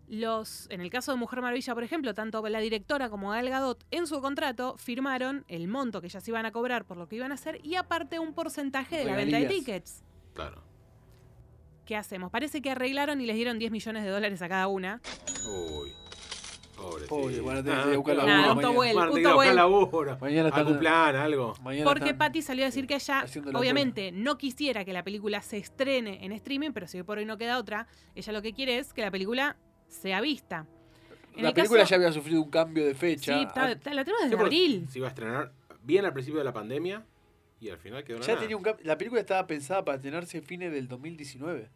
Los, en el caso de Mujer Maravilla, por ejemplo, tanto la directora como Gal Gadot en su contrato firmaron el monto que ellas iban a cobrar por lo que iban a hacer y aparte un porcentaje de la venta de Regalías. tickets. Claro. ¿Qué hacemos? Parece que arreglaron y les dieron 10 millones de dólares a cada una. Uy. Pobre. Pobre, sí. bueno, tenés que ir a buscar Ah, laburo Nada, mañana. autovuel, Bueno, tenés que ir a buscar autovuel. laburo. Mañana está- Algún plan, algo. Mañana Porque están- Patty salió a decir que ella, haciendo la obviamente, no quisiera que la película se estrene en streaming, pero si hoy por hoy no queda otra, ella lo que quiere es que la película sea vista. En La el película caso- ya había sufrido un cambio de fecha. Sí, ah, ta- ta- la tenemos desde Sí, porque abril. Se iba a estrenar bien al principio de la pandemia y al final quedó en Ya nada. tenía un cam- La película estaba pensada para estrenarse fines del 2019.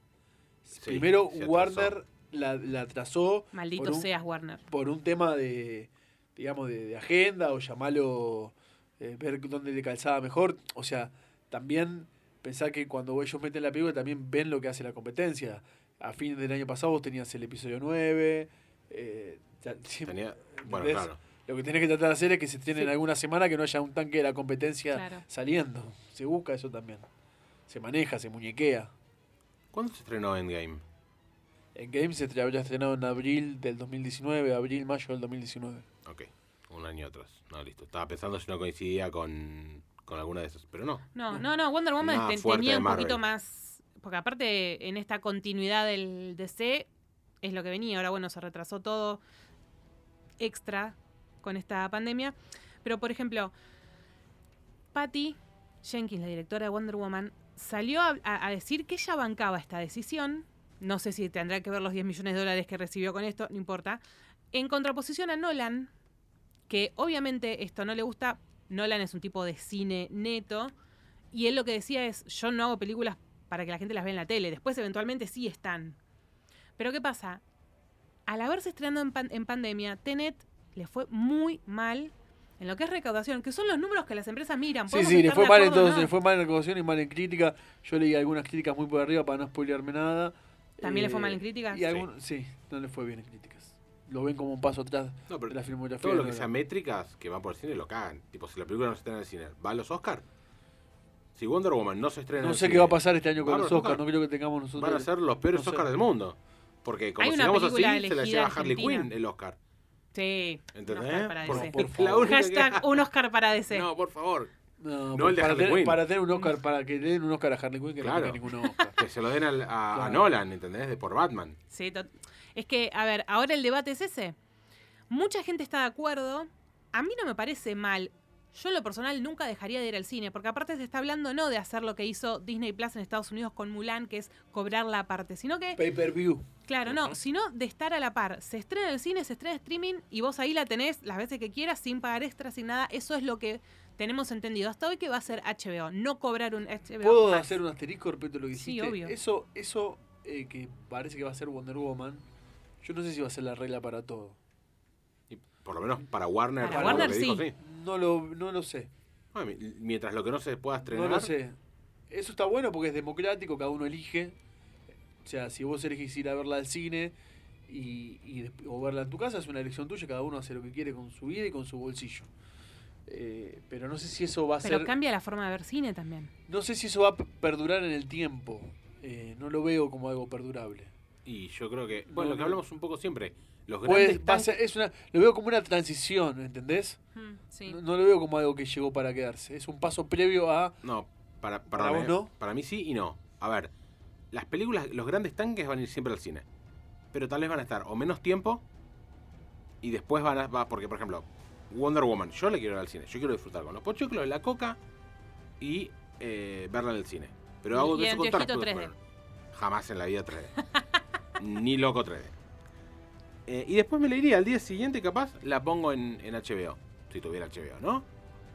Sí, Primero se atrasó. Warner la, la trazó Maldito por un- seas, Warner. por un tema de, digamos, de, de agenda o llamarlo, eh, ver dónde le calzaba mejor. O sea, también pensar que cuando ellos meten la película también ven lo que hace la competencia. A fines del año pasado vos tenías el episodio 9. eh, ya- sí, Tenía- Bueno, ¿entendés? claro. Lo que tenés que tratar de hacer es que se tienen Sí. alguna semana que no haya un tanque de la competencia Claro. saliendo. Se busca eso también. Se maneja, se muñequea. ¿Cuándo se estrenó Endgame? En Games se habría estrenado en abril del 2019, abril, mayo del 2019. Ok, un año atrás. No, listo. Estaba pensando si no coincidía con, con alguna de esas, pero no. No, no, no, Wonder Woman Nada te- fuerte tenía de un Marvel. poquito más. Porque aparte, en esta continuidad del DC, es lo que venía. Ahora, bueno, se retrasó todo extra con esta pandemia. Pero, por ejemplo, Patty Jenkins, la directora de Wonder Woman, salió a, a- a decir que ella bancaba esta decisión. No sé si tendrá que ver los 10 millones de dólares que recibió con esto, no importa. En contraposición a Nolan, que obviamente esto no le gusta, Nolan es un tipo de cine neto, y él lo que decía es, yo no hago películas para que la gente las vea en la tele, después eventualmente sí están. Pero ¿qué pasa? Al haberse estrenado en, pan- en pandemia, Tenet le fue muy mal en lo que es recaudación, que son los números que las empresas miran. Sí, Podemos sí, le estar fue de mal acuerdo o entonces, no. le fue mal en negociación y mal en crítica. Yo leí algunas críticas muy por arriba para no spoilearme nada. Eh, ¿También le fue mal en críticas? Y algún- sí. no le fue bien en críticas. lo ven como un paso atrás No, pero de la filmografía. Todo lo que de sea Nolan. métricas que van por el cine lo cagan. Tipo, si la película no se estrena en el cine, ¿va a los Oscar? Si Wonder Woman no se estrena en no el sé cine, qué va a pasar este año ¿va con a los Oscars, no creo que tengamos nosotros. Van a ser los peores no sé. Oscars del mundo. Porque como Hay una sigamos así, película se la elegida lleva Harley argentina. Quinn el Oscar. Sí. un ¿Entendés? Oscar para Por- DC. por es la favor. única que- Hashtag un Oscar para DC. No, por favor. No, No pero el de para, Harley tener, Quinn. para tener un Oscar, para que le den un Oscar a Harley Quinn, que Claro. no tenga ningún Oscar. Que se lo den al- a, a Claro. Nolan, ¿entendés? De por Batman. Sí, tot- es que, a ver, ahora el debate es ese. Mucha gente está de acuerdo. A mí no me parece mal. Yo, en lo personal, nunca dejaría de ir al cine, porque aparte se está hablando no de hacer lo que hizo Disney Plus en Estados Unidos con Mulan, que es cobrar la parte, sino que, Pay per view. claro, no, sino de estar a la par. Se estrena en el cine, se estrena en streaming y vos ahí la tenés las veces que quieras, sin pagar extra, sin nada. Eso es lo que tenemos entendido hasta hoy que va a ser HBO, no cobrar un HBO. ¿Puedo más. hacer un asterisco respecto a lo que Sí, hiciste? obvio. Eso, eso eh, que parece que va a ser Wonder Woman, yo no sé si va a ser la regla para todo. Y por lo menos para Warner. Para algo Warner, que dijo, sí. No lo, no lo sé. Ah, mi- mientras lo que no se pueda estrenar. No lo sé. Eso está bueno porque es democrático, cada uno elige. O sea, si vos elegís ir a verla al cine y, y desp- o verla en tu casa, es una elección tuya, cada uno hace lo que quiere con su vida y con su bolsillo. Eh, pero no sé si eso va a Pero ser. cambia la forma de ver cine también. No sé si eso va a p- perdurar en el tiempo. Eh, no lo veo como algo perdurable. Y yo creo que. Bueno, No, lo que no. hablamos un poco siempre. Los Puede- grandes. Pues, va a tan- ser- es una, lo veo como una transición, ¿entendés? sí. No, no lo veo como algo que llegó para quedarse. Es un paso previo a. No, para, ¿Para perdón, vos eh. no? Para mí sí y no. A ver, las películas, los grandes tanques van a ir siempre al cine. Pero tal vez van a estar o menos tiempo y después van a. va- porque, por ejemplo, Wonder Woman, yo la quiero ver al cine. Yo quiero disfrutar con los pochoclos, la coca y eh, verla en el cine. Pero Y- hago y de eso con anteojito Tartus, 3D. bueno, Jamás en la vida 3D. Ni loco 3D. Eh, y después me la iría al día siguiente, capaz la pongo en, en HBO. Si tuviera HBO, ¿no?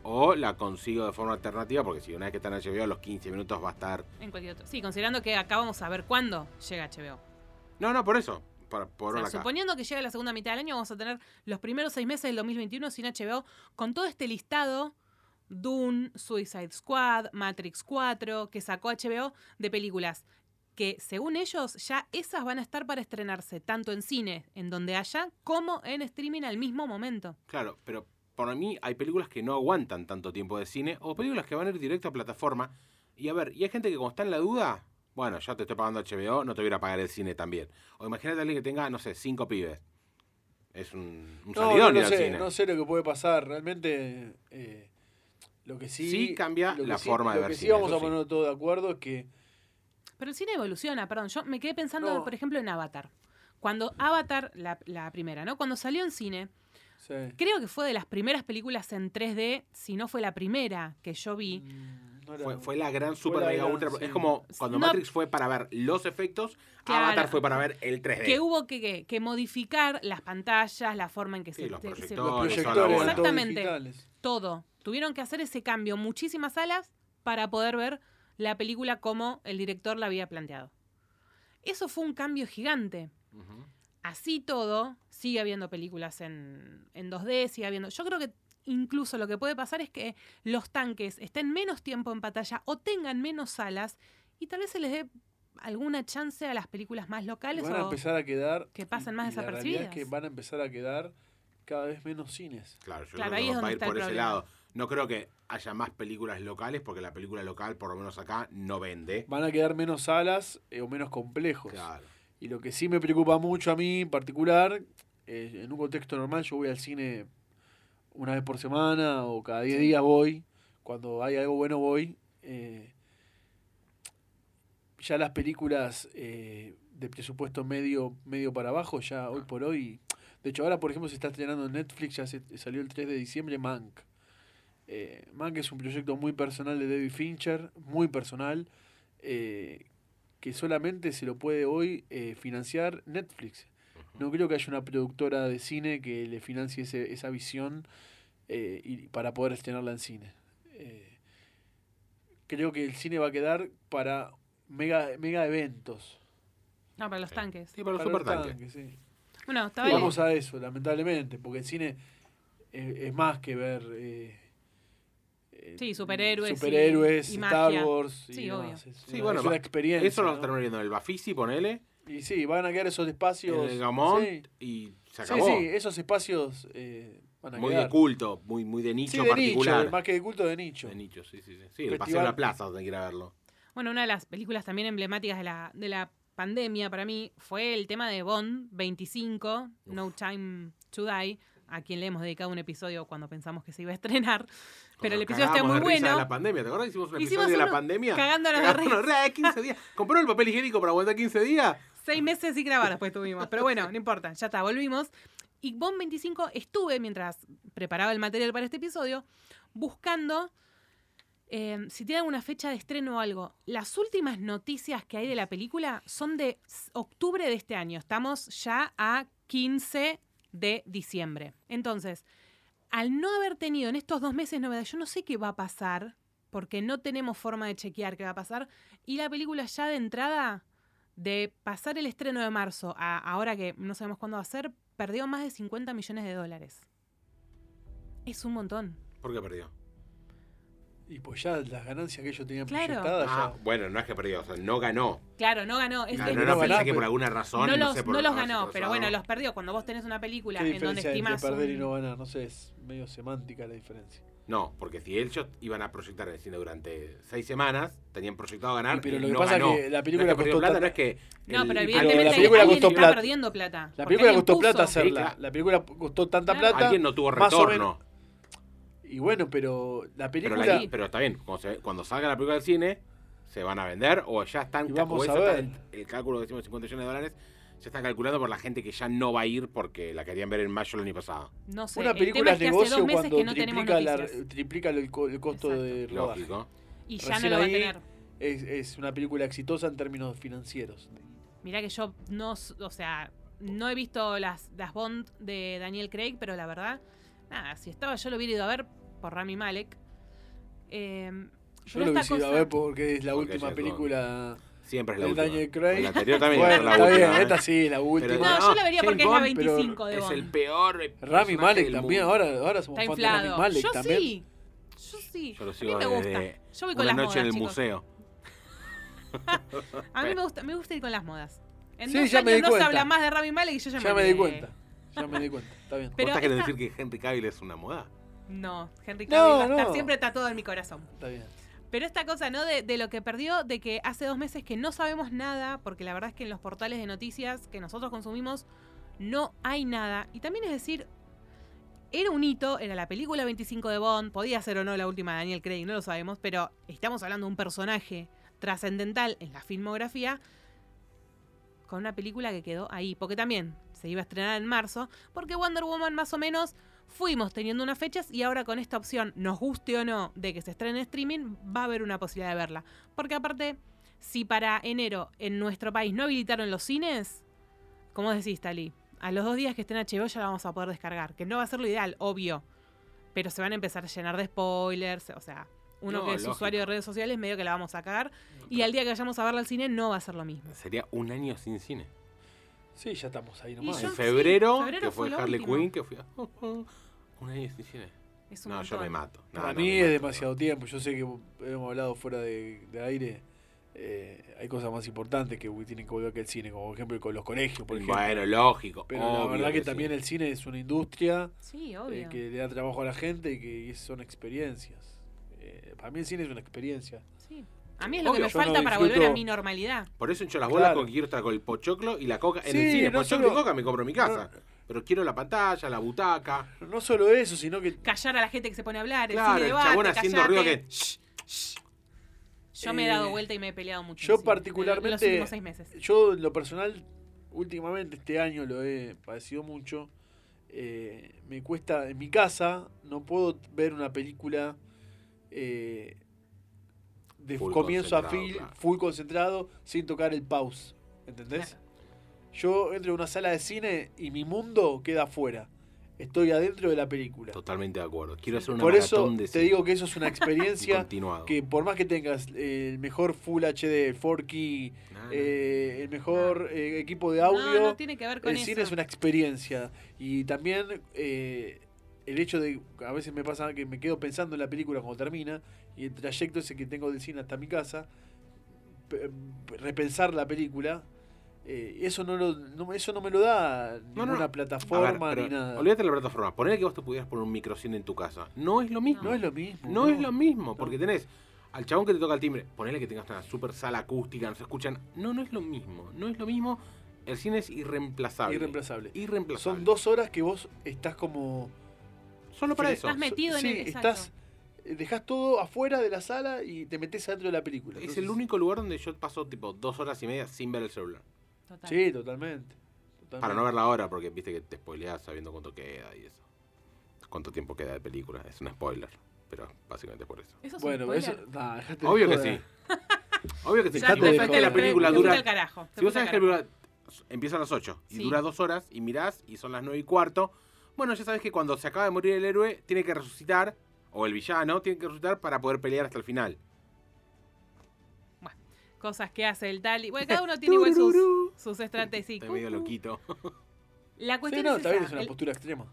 O la consigo de forma alternativa, porque si una vez que está en HBO, a los 15 minutos va a estar. En cualquier otro. Sí, considerando que acá vamos a ver cuándo llega HBO. No, no, por eso. Por, por O sea, hora acá. suponiendo que llega la segunda mitad del año, vamos a tener los primeros seis meses del 2021 sin HBO, con todo este listado, Dune, Suicide Squad, Matrix 4, que sacó HBO, de películas que, según ellos, ya esas van a estar para estrenarse, tanto en cine, en donde haya, como en streaming al mismo momento. Claro, pero para mí hay películas que no aguantan tanto tiempo de cine o películas que van a ir directo a plataforma. Y a ver, y hay gente que como está en la duda, bueno, ya te estoy pagando HBO, no te voy a ir a pagar el cine también. O imagínate a alguien que tenga, no sé, cinco pibes. Es un, un No, salidón no ir al sé, cine. no sé lo que puede pasar. Realmente, eh, lo que sí. Sí cambia lo que la sí- forma de lo ver que sí cine, vamos eso a sí. poner todo de acuerdo es que. Pero el cine evoluciona, perdón. Yo me quedé pensando, No. por ejemplo, en Avatar. Cuando Avatar, la, la primera, ¿no? Cuando salió en cine, sí. creo que fue de las primeras películas en 3D, si no fue la primera que yo vi. Mm, no era- Fue, fue la gran Fue super la mega gran, ultra. sí. Es como cuando No. Matrix fue para ver los efectos, Claro. Avatar fue para ver el 3D. Que hubo que, que- que modificar las pantallas, la forma en que Sí, se, los se- se- proyectores. Los No, eso a proyectores la eran bola. todos Exactamente. digitales. todo. Tuvieron que hacer ese cambio, muchísimas salas, para poder ver la película como el director la había planteado. Eso fue un cambio gigante. Ujú. así todo, sigue habiendo películas en, en 2D, sigue habiendo. Yo creo que incluso lo que puede pasar es que los tanques estén menos tiempo en pantalla o tengan menos salas y tal vez se les dé alguna chance a las películas más Y locales Van a o empezar a quedar. que pasen más y la realidad es que desapercibidas. van a empezar a quedar cada vez menos cines. Claro, yo Claro, creo ahí que es va donde a ir está por el ese problema. lado. No creo que haya más películas locales, porque la película local, por lo menos acá, no vende. Van a quedar menos salas eh, o menos complejos. Claro. Y lo que sí me preocupa mucho a mí en particular, eh, en un contexto normal, yo voy al cine una vez por semana o cada 10 días voy. Cuando hay algo bueno voy. eh, ya las películas eh, de presupuesto medio, medio para abajo, ya hoy por hoy. De hecho, ahora, por ejemplo, se está estrenando en Netflix, ya se, salió el 3 de diciembre, Mank. Eh, Mank es un proyecto muy personal de David Fincher, muy personal, eh, que solamente se lo puede hoy eh, financiar Netflix. No creo que haya una productora de cine que le financie ese- esa visión eh, y para poder estrenarla en cine. Eh, creo que el cine va a quedar para mega, mega eventos. no, para los tanques. Sí, para los Para los supertanques. tanques, sí. Bueno, está Y bien. vamos a eso, lamentablemente, porque el cine es, es más que ver... eh, eh, Sí, superhéroes y- superhéroes, y Star magia. Wars y Sí, demás. obvio. Es Sí, una- bueno, es una va- experiencia. Eso lo ¿no? terminó viendo en el Bafisi, ponele, Y sí, van a quedar esos espacios. en el Gamont sí. y se Sí, acabó. sí, esos espacios eh, van a muy quedar. de culto, muy, muy de Sí, nicho de particular. nicho, más que de culto de nicho. De nicho, sí, sí, sí. Sí, el paseo Festival. a la plaza donde quiera verlo. Bueno, una de las películas también emblemáticas de la, de la pandemia para mí fue el tema de Bond 25, No Time to Die, a quien le hemos dedicado un episodio cuando pensamos que se iba a estrenar. Pero el Nos episodio está cagábamos muy de risa de bueno. la pandemia, ¿te acuerdas? Hicimos un Hicimos episodio de la uno pandemia. cagándonos de risa de 15 días. ¿Compró el papel higiénico para aguantar 15 días? Seis meses y grabar después tuvimos. Pero bueno, no importa, ya está, volvimos. Y Bond 25 estuve, mientras preparaba el material para este episodio, buscando eh, si tiene alguna fecha de estreno o algo. Las últimas noticias que hay de la película son de s- octubre de este año. Estamos ya a 15 de diciembre. Entonces, al no haber tenido en estos dos meses novedad, yo no sé qué va a pasar, porque no tenemos forma de chequear qué va a pasar. Y la película ya de entrada de pasar el estreno de marzo a ahora que no sabemos cuándo va a ser, perdió más de 50 millones de dólares. Es un montón. ¿Por qué perdió? Y pues ya las ganancias que ellos tenían Claro. proyectadas ya. Ah, bueno, no es que perdió, o sea, no ganó. Claro, no ganó. Es- No, es- no, no no, pensé ganó, que pero- por alguna razón. no No, los, sé por no los habrá ganó, sido pero razón. bueno, los perdió. Cuando vos tenés una película ¿Qué en donde diferencia entre estimás. perder y un- no ganar? No sé, es medio semántica la diferencia. No, porque si ellos iban a proyectar en el cine durante seis semanas, tenían proyectado ganar. Y pero y lo que no pasa es ganó. que la película no es que perdió costó plata, tanta- no es que. No, pero el- evidentemente la película alguien costó está plata. perdiendo plata. La porque película alguien costó puso. plata Sí, hacerla. claro. La película costó tanta Claro. plata. Alguien no tuvo más o retorno. menos- Y bueno, pero la Pero, película. la- pero está bien, cuando, se- cuando salga la película del cine, se van a vender o ya están. Y vamos o eso a ver. está el, el cálculo de 150 millones de dólares ya están calculando por la gente que ya no va a ir porque la querían ver en mayo el año pasado. No sé. una el película tema es es que hace negocio dos meses cuando que no tenemos triplica, la- noticias. triplica el, co- el costo de rodaje. Lógico. Y ya no Recién lo va a ahí- tener. Es, es una película exitosa en términos financieros. Mirá que yo no, s- o sea, no he visto las, las Bond de Daniel Craig, pero la verdad, nada, si estaba yo lo hubiera ido a ver por Rami Malek. Eh, pero Yo lo esta hubiese ido a cosa- ver porque es la Porque última ya es película. Siempre es la El última. Daniel Craig. La anterior también Bueno, es la está última. bien, ¿eh? esta sí, la última. No, yo la vería James porque es la Bond, pero 25 de Es Bond. el peor. Rami personaje Malek del también, mundo. ahora, ahora somos Está fan de Rami inflado. Malek Yo también. sí. Yo sí. Yo lo a sigo mí me gusta. desde Yo voy con las Una noche modas. en el chicos. museo. A mí me gusta, me gusta ir con las modas. En Sí, dos ya me años di no se cuenta. habla más de Rami Malek y yo ya, Ya me di olvidé. cuenta. Ya me di cuenta. Está bien. Pero ¿Vos estás queriendo esta- decir que Henry Cavill es una moda? No, Henry No, Cavill va a estar no. siempre tatuado en mi corazón. Está bien. Pero esta cosa, ¿no? De, de lo que perdió, de que hace dos meses que no sabemos nada, porque la verdad es que en los portales de noticias que nosotros consumimos no hay nada. Y también es decir, era un hito, era la película 25 de Bond, podía ser o no la última de Daniel Craig, no lo sabemos, pero estamos hablando de un personaje trascendental en la filmografía con una película que quedó ahí, porque también se iba a estrenar en marzo, porque Wonder Woman más o menos fuimos teniendo unas fechas y ahora con esta opción, nos guste o no, de que se estrene en streaming, va a haber una posibilidad de verla. Porque aparte, si para enero en nuestro país no habilitaron los cines, como decís, Tali, a los dos días que esté en HBO ya la vamos a poder descargar, que no va a ser lo ideal, obvio, pero se van a empezar a llenar de spoilers, o sea, uno No, que es lógico. usuario de redes sociales medio que la vamos a cagar y al día que vayamos a verla al cine no va a ser lo mismo. Sería un año sin cine. Sí, ya estamos ahí Y nomás. yo- en sí, febrero, febrero que fue, fue lo Harley último. Quinn, que fui a... un año sin cine. Es un No, yo montón. me mato. No, Para no, mí me es mato. demasiado tiempo. Yo sé que hemos hablado fuera de, de aire. eh, hay cosas más importantes que tienen que volver que el cine, como por ejemplo con los colegios, por ejemplo. Bueno, lógico. Pero obvio la verdad que, sí. también el cine es una industria Sí, eh, obvio. que le da trabajo a la gente y que y son experiencias. Eh, para mí el cine es una experiencia. Sí. A mí es lo que Obvio, me yo no falta para disfruto- volver a mi normalidad. Por eso hincho las bolas Claro. con que quiero estar con el pochoclo y la coca. en el Sí, cine, no pochoclo solo- y coca me compro en mi casa. Pero quiero la pantalla, la butaca. No solo eso, sino que Callar a la gente que se pone a hablar, el Claro, cine el debate, chabón haciendo callate. ruido que... Yo me he dado Eh, vuelta y me he peleado mucho. yo en cine, particularmente- en Los últimos seis meses. Yo, en lo personal, últimamente, este año lo he padecido mucho. Eh, me cuesta, en mi casa, no puedo ver una película eh, de Full comienzo a concentrado, fin, claro. full concentrado, sin tocar el pause. ¿Entendés? Claro. Yo entro a una sala de cine y mi mundo queda afuera. Estoy adentro de la película. Totalmente de acuerdo. Quiero hacer una Por eso maratón de te digo que eso es una experiencia continuado. que por más que tengas eh, el mejor Full HD, 4K, Nah, eh, el mejor eh, equipo de audio. no, no tiene que ver con el eso. cine es una experiencia. Y también eh, el hecho de, a veces me pasa que me quedo pensando en la película cuando termina, y el trayecto ese que tengo del cine hasta mi casa, pe- repensar la película, Eh, eso, no lo, no- eso no me lo da no, ninguna no. A ver, plataforma pero ni nada. Olvídate de la plataforma. Poner que vos te pudieras poner un microcine en tu casa. No es lo mismo. No es lo mismo. No es lo mismo, porque tenés al chabón que te toca el timbre, ponele que tengas una super sala acústica, no se escuchan. No, no es lo mismo, no es lo mismo. El cine es irreemplazable. Irreemplazable. Irreemplazable. Son dos horas que vos estás como. Solo para eso. Estás metido en sí, el- exacto. estás. eh, Dejás todo afuera de la sala y te metes adentro de la película. Es Entonces- el único lugar donde yo paso tipo dos horas y media sin ver el celular. Total. Sí, totalmente. totalmente. Para no ver la hora, porque viste que te spoileás sabiendo cuánto queda y eso. Cuánto tiempo queda de película. Es un spoiler, pero básicamente por eso. Eso es un Bueno, eso. spoiler. nah, dejate de Obvio que joder. sí. Obvio que sí. Ya te Si vos fuiste sabés al que la carajo, película te dura Al carajo, te Si vos fuiste al sabés que carajo. la película empieza a las 8 y Sí. dura 2 horas y mirás y son las 9 y cuarto, bueno, ya sabes que cuando se acaba de morir el héroe, tiene que resucitar, o el villano, tiene que resucitar para poder pelear hasta el final. Bueno, cosas que hace el tal y. Bueno, cada uno tiene igual sus, Tururú. sus estrategias. y Está medio cucú. loquito. La Sí, cuestión no, es, también esa, es una el- postura extrema.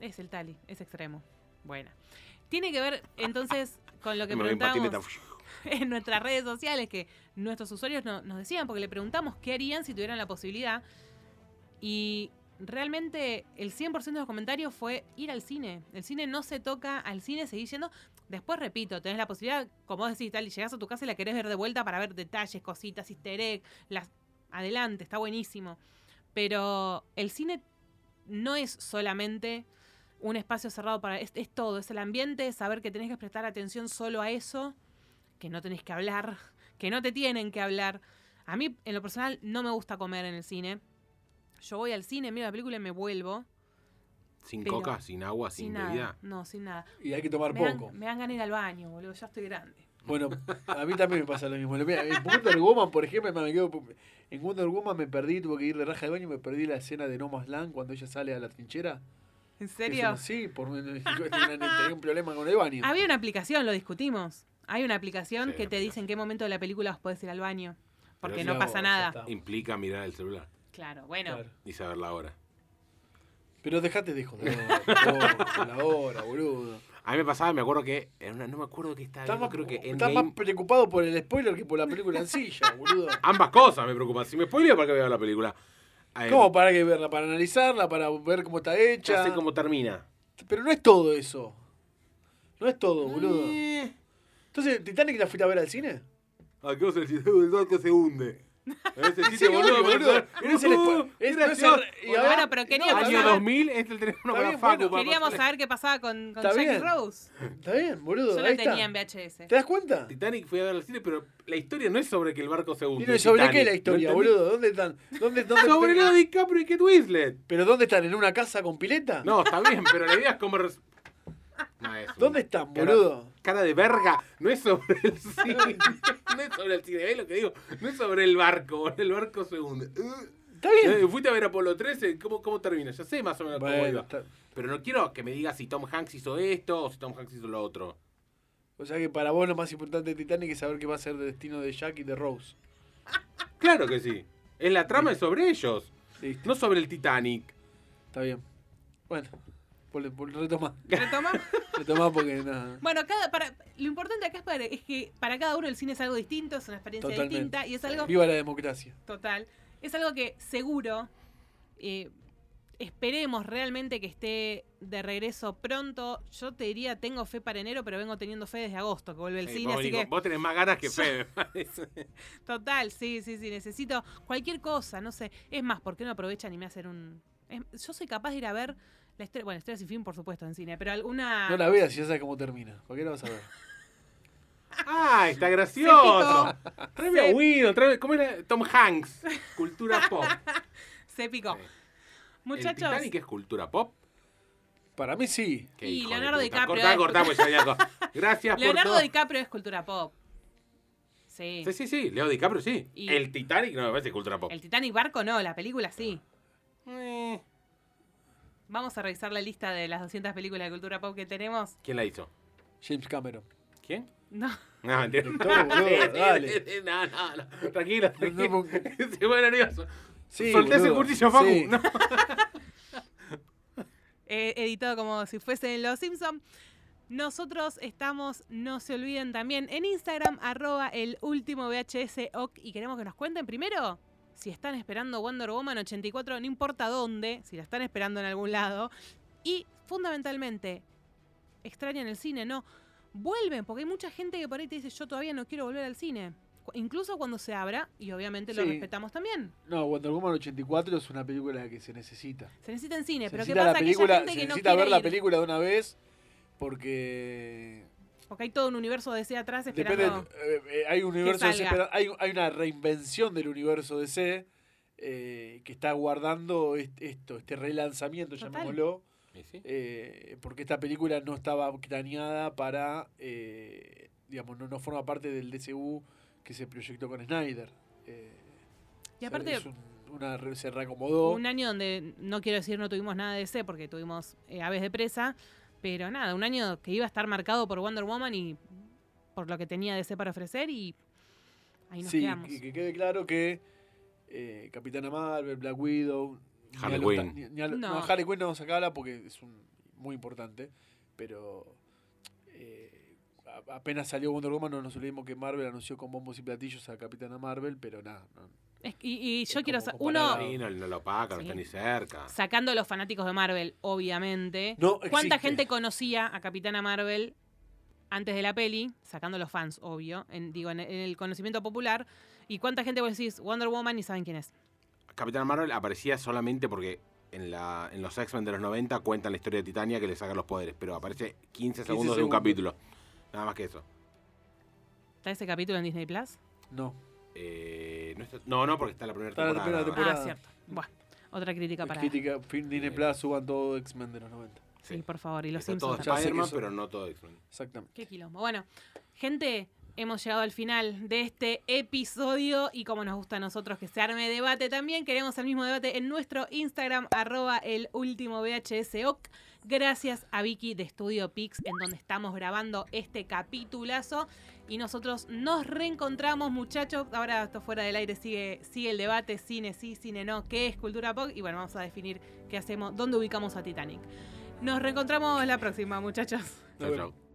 es el tali, es extremo. Buena. Tiene que ver entonces con lo que Me voy en patineta. preguntamos en nuestras redes sociales, que nuestros usuarios no- nos decían, porque le preguntamos qué harían si tuvieran la posibilidad. Y realmente el 100% de los comentarios fue ir al cine. El cine no se toca, al cine seguís yendo. Después, repito, tenés la posibilidad, como vos decís, tal, y llegás a tu casa y la querés ver de vuelta para ver detalles, cositas, easter egg, las... adelante, está buenísimo. Pero el cine no es solamente un espacio cerrado para... Es, es todo, es el ambiente, es saber que tenés que prestar atención solo a eso, que no tenés que hablar, que no te tienen que hablar. A mí, en lo personal, no me gusta comer en el cine. Yo voy al cine, miro la película y me vuelvo. Sin Pero- coca, sin agua, Sin, sin nada. bebida. No, sin nada. Y hay que tomar Me poco. dan, me dan ganas de ir al baño, boludo. Ya estoy grande. Bueno, a mí también me pasa lo mismo. Lo mío- En Wonder Woman, por ejemplo, me quedo- en Wonder Woman me perdí, tuve que ir de raja de baño y me perdí la escena de No Man's Land cuando ella sale a la trinchera. ¿En Eso serio? no- sí, por, tenía un problema con el baño. Había una aplicación, lo discutimos. Hay una aplicación Sí, que una te dice aplicación. en qué momento de la película os podés ir al baño. Porque Pero no ya pasa vos, ya nada. está. Implica mirar el celular Claro, bueno. Claro. y saber la hora. Pero dejate de joder, por la hora, boludo. A mí me pasaba, me acuerdo que. en una- no me acuerdo qué estaba. Estás viendo, más, creo que estás Endgame- más preocupado por el spoiler que por la película en silla, boludo. Ambas cosas me preocupan. Si me spoileo, ¿para qué veo la película? A ver, ¿Cómo para que verla? Para analizarla, para ver cómo está Ya hecha. sé cómo termina. Pero no es todo eso. No es todo, boludo. Eh. Entonces, ¿Titanic la fuiste a ver al cine? ¿A Ah, qué vos el sitio del barco se hunde? A ese sitio, boludo, "Uh, boludo. Pero es el espo- es- no es el- y Bueno, ahora- pero no, queríamos está Año bien, saber- 2000, este el teléfono Está para bien, Facu. bueno, para Queríamos pasarle. saber qué pasaba con, con Está Jack bien. Rose. Está bien, boludo. Yo ahí la está. tenía en VHS. ¿Te das cuenta? Titanic fui a ver al cine, pero la historia no es sobre que el barco se hunde. ¿Y no, sobre Titanic, qué es la historia, ¿no entendés? boludo? ¿Dónde están? ¿Dónde, dónde Sobre dónde- Leo DiCaprio y Kate Winslet. ¿Pero dónde están? ¿En una casa con pileta? No, está bien, pero la idea es como... res- No, es un- ¿Dónde están, cara- boludo? Cara de verga, no es sobre el cine. No es sobre el cine, ¿ves lo que digo? No es sobre el barco, boludo, el barco se hunde. Uh. Está bien. Eh, Fuiste a ver Apolo 13, ¿cómo, cómo termina? Ya sé más o menos cómo Bueno, iba. está- Pero no quiero que me digas si Tom Hanks hizo esto o si Tom Hanks hizo lo otro. O sea que para vos lo más importante de Titanic es saber qué va a ser el destino de Jack y de Rose. Claro que sí. Es la trama es sobre ellos, Listo. no sobre el Titanic. Está bien. Bueno, vol- vol- retomá. ¿Retomamos? Retomá porque nada. Bueno, cada, para, lo importante acá es, para- es que para cada uno el cine es algo distinto, es una experiencia Totalmente. distinta y es algo Viva la democracia. total. Es algo que seguro eh, esperemos realmente que esté de regreso pronto. Yo te diría, tengo fe para enero, pero vengo teniendo fe desde agosto que vuelve el Eh, cine, vos, así digo, que vos tenés más ganas que Fede. total, sí, sí, sí, necesito cualquier cosa, no sé. Es más, ¿por qué no aprovechan y me hacen un... es- yo soy capaz de ir a ver la estrella, bueno, Estrella sin fin, por supuesto, en cine, pero alguna... No la veas y ya sabes cómo termina. ¿Por qué la vas a ver? ah, está gracioso. Se Tráeme a Se- Wino, tráeme, ¿cómo era? Tom Hanks, cultura pop. Se picó. Sí. ¿El Muchachos, Titanic es cultura pop? Para mí sí. Qué Y hijo de Leonardo puta. DiCaprio Cortá, es- cortá, pues ya había co- Gracias por Leonardo todo. DiCaprio es cultura pop. Sí. Sí, sí, sí, Leo DiCaprio sí. Y- El Titanic no me parece cultura pop. El Titanic Barco no, la película sí. Eh, Vamos a revisar la lista de las 200 películas de cultura pop que tenemos. ¿Quién la hizo? James Cameron. ¿Quién? No, No, mentira. Director, boludo, Sí, sí, dale. sí, No, no, no. Tranquilo, tranquilo. no, porque- Se vuelve nervioso. Sí, Solté ese boludo, cursillo, Facu. sí. No. eh, editado como si fuese en Los Simpson. Nosotros estamos, no se olviden también, en Instagram, arroba el último VHS OK, y queremos que nos cuenten primero si están esperando Wonder Woman 84, no importa dónde, si la están esperando en algún lado. Y fundamentalmente, extrañan el cine, no. Vuelven, porque hay mucha gente que por ahí te dice, yo todavía no quiero volver al cine. Cu- Incluso cuando se abra, y obviamente lo Sí. respetamos también. No, Wonder Woman 84 es una película que se necesita. Se necesita en cine, se Eh, pero ¿qué necesita, la pasa? que película, hay gente se que no necesita quiere ver la ir, película de una vez porque Porque hay todo un universo de ese atrás Depende, esperando. eh, eh, hay un universo de C, salga. pero hay, hay una reinvención del universo de C eh, que está guardando est- esto, este relanzamiento, Total. llamémoslo, ¿Y sí? eh, porque esta película no estaba planeada para, eh, digamos, no, no forma parte del DCU que se proyectó con Snyder. Eh, Y aparte, es un- una re- se reacomodó. un año donde no quiero decir no tuvimos nada de ese porque tuvimos eh, aves de presa, pero nada, un año que iba a estar marcado por Wonder Woman y por lo que tenía de para ofrecer y ahí nos sí, quedamos. que, que quede claro que eh, Capitana Marvel, Black Widow, ni Harley a los ta- Quinn. ni- ni a lo- No. no. Harley Quinn no vamos a sacarla porque es un, muy importante, pero eh, a- apenas salió Wonder Woman no nos olvidemos que Marvel anunció con bombos y platillos a Capitana Marvel, pero nada, no, Es- y, y yo es quiero como sa- comparar uno a- Sí, no, no lo paga, no Sí. está ni cerca. sacando a los fanáticos de Marvel, obviamente. No ¿Cuánta existe. gente conocía a Capitana Marvel antes de la peli? Sacando a los fans, obvio, en- digo, en, en el conocimiento popular. ¿Y cuánta gente vos decís Wonder Woman y saben quién es? Capitán Marvel aparecía solamente porque en, la, en los X-Men de los 90 cuentan la historia de Titania que le saca los poderes, pero aparece 15, segundos de un segundos. capítulo. Nada más que eso. ¿Está ese capítulo en Disney Plus? no. Eh, no, está- no, no, porque está la primera Está la temporada. nada primera más. temporada. Ah, cierto. Bueno, otra crítica para. Crítica, fin, Disney Eh. Plus, suban todo X-Men de los 90. Sí, Sí. por favor. Y los Está Simpsons todo Ya sé también. que Spider-Man, eso- pero no todo X-Men. Exactamente. Qué quilombo. Bueno, gente, hemos llegado al final de este episodio y como nos gusta a nosotros que se arme debate también, queremos el mismo debate en nuestro Instagram, arroba el último VHSOC. Gracias a Vicky de Estudio Pix, en donde estamos grabando este capitulazo. Y nosotros nos reencontramos, muchachos. Ahora esto fuera del aire sigue, sigue el debate, cine sí, cine no, qué es cultura pop. Y bueno, vamos a definir qué hacemos, dónde ubicamos a Titanic. Nos reencontramos la próxima, muchachos. Chau, vemos. chau.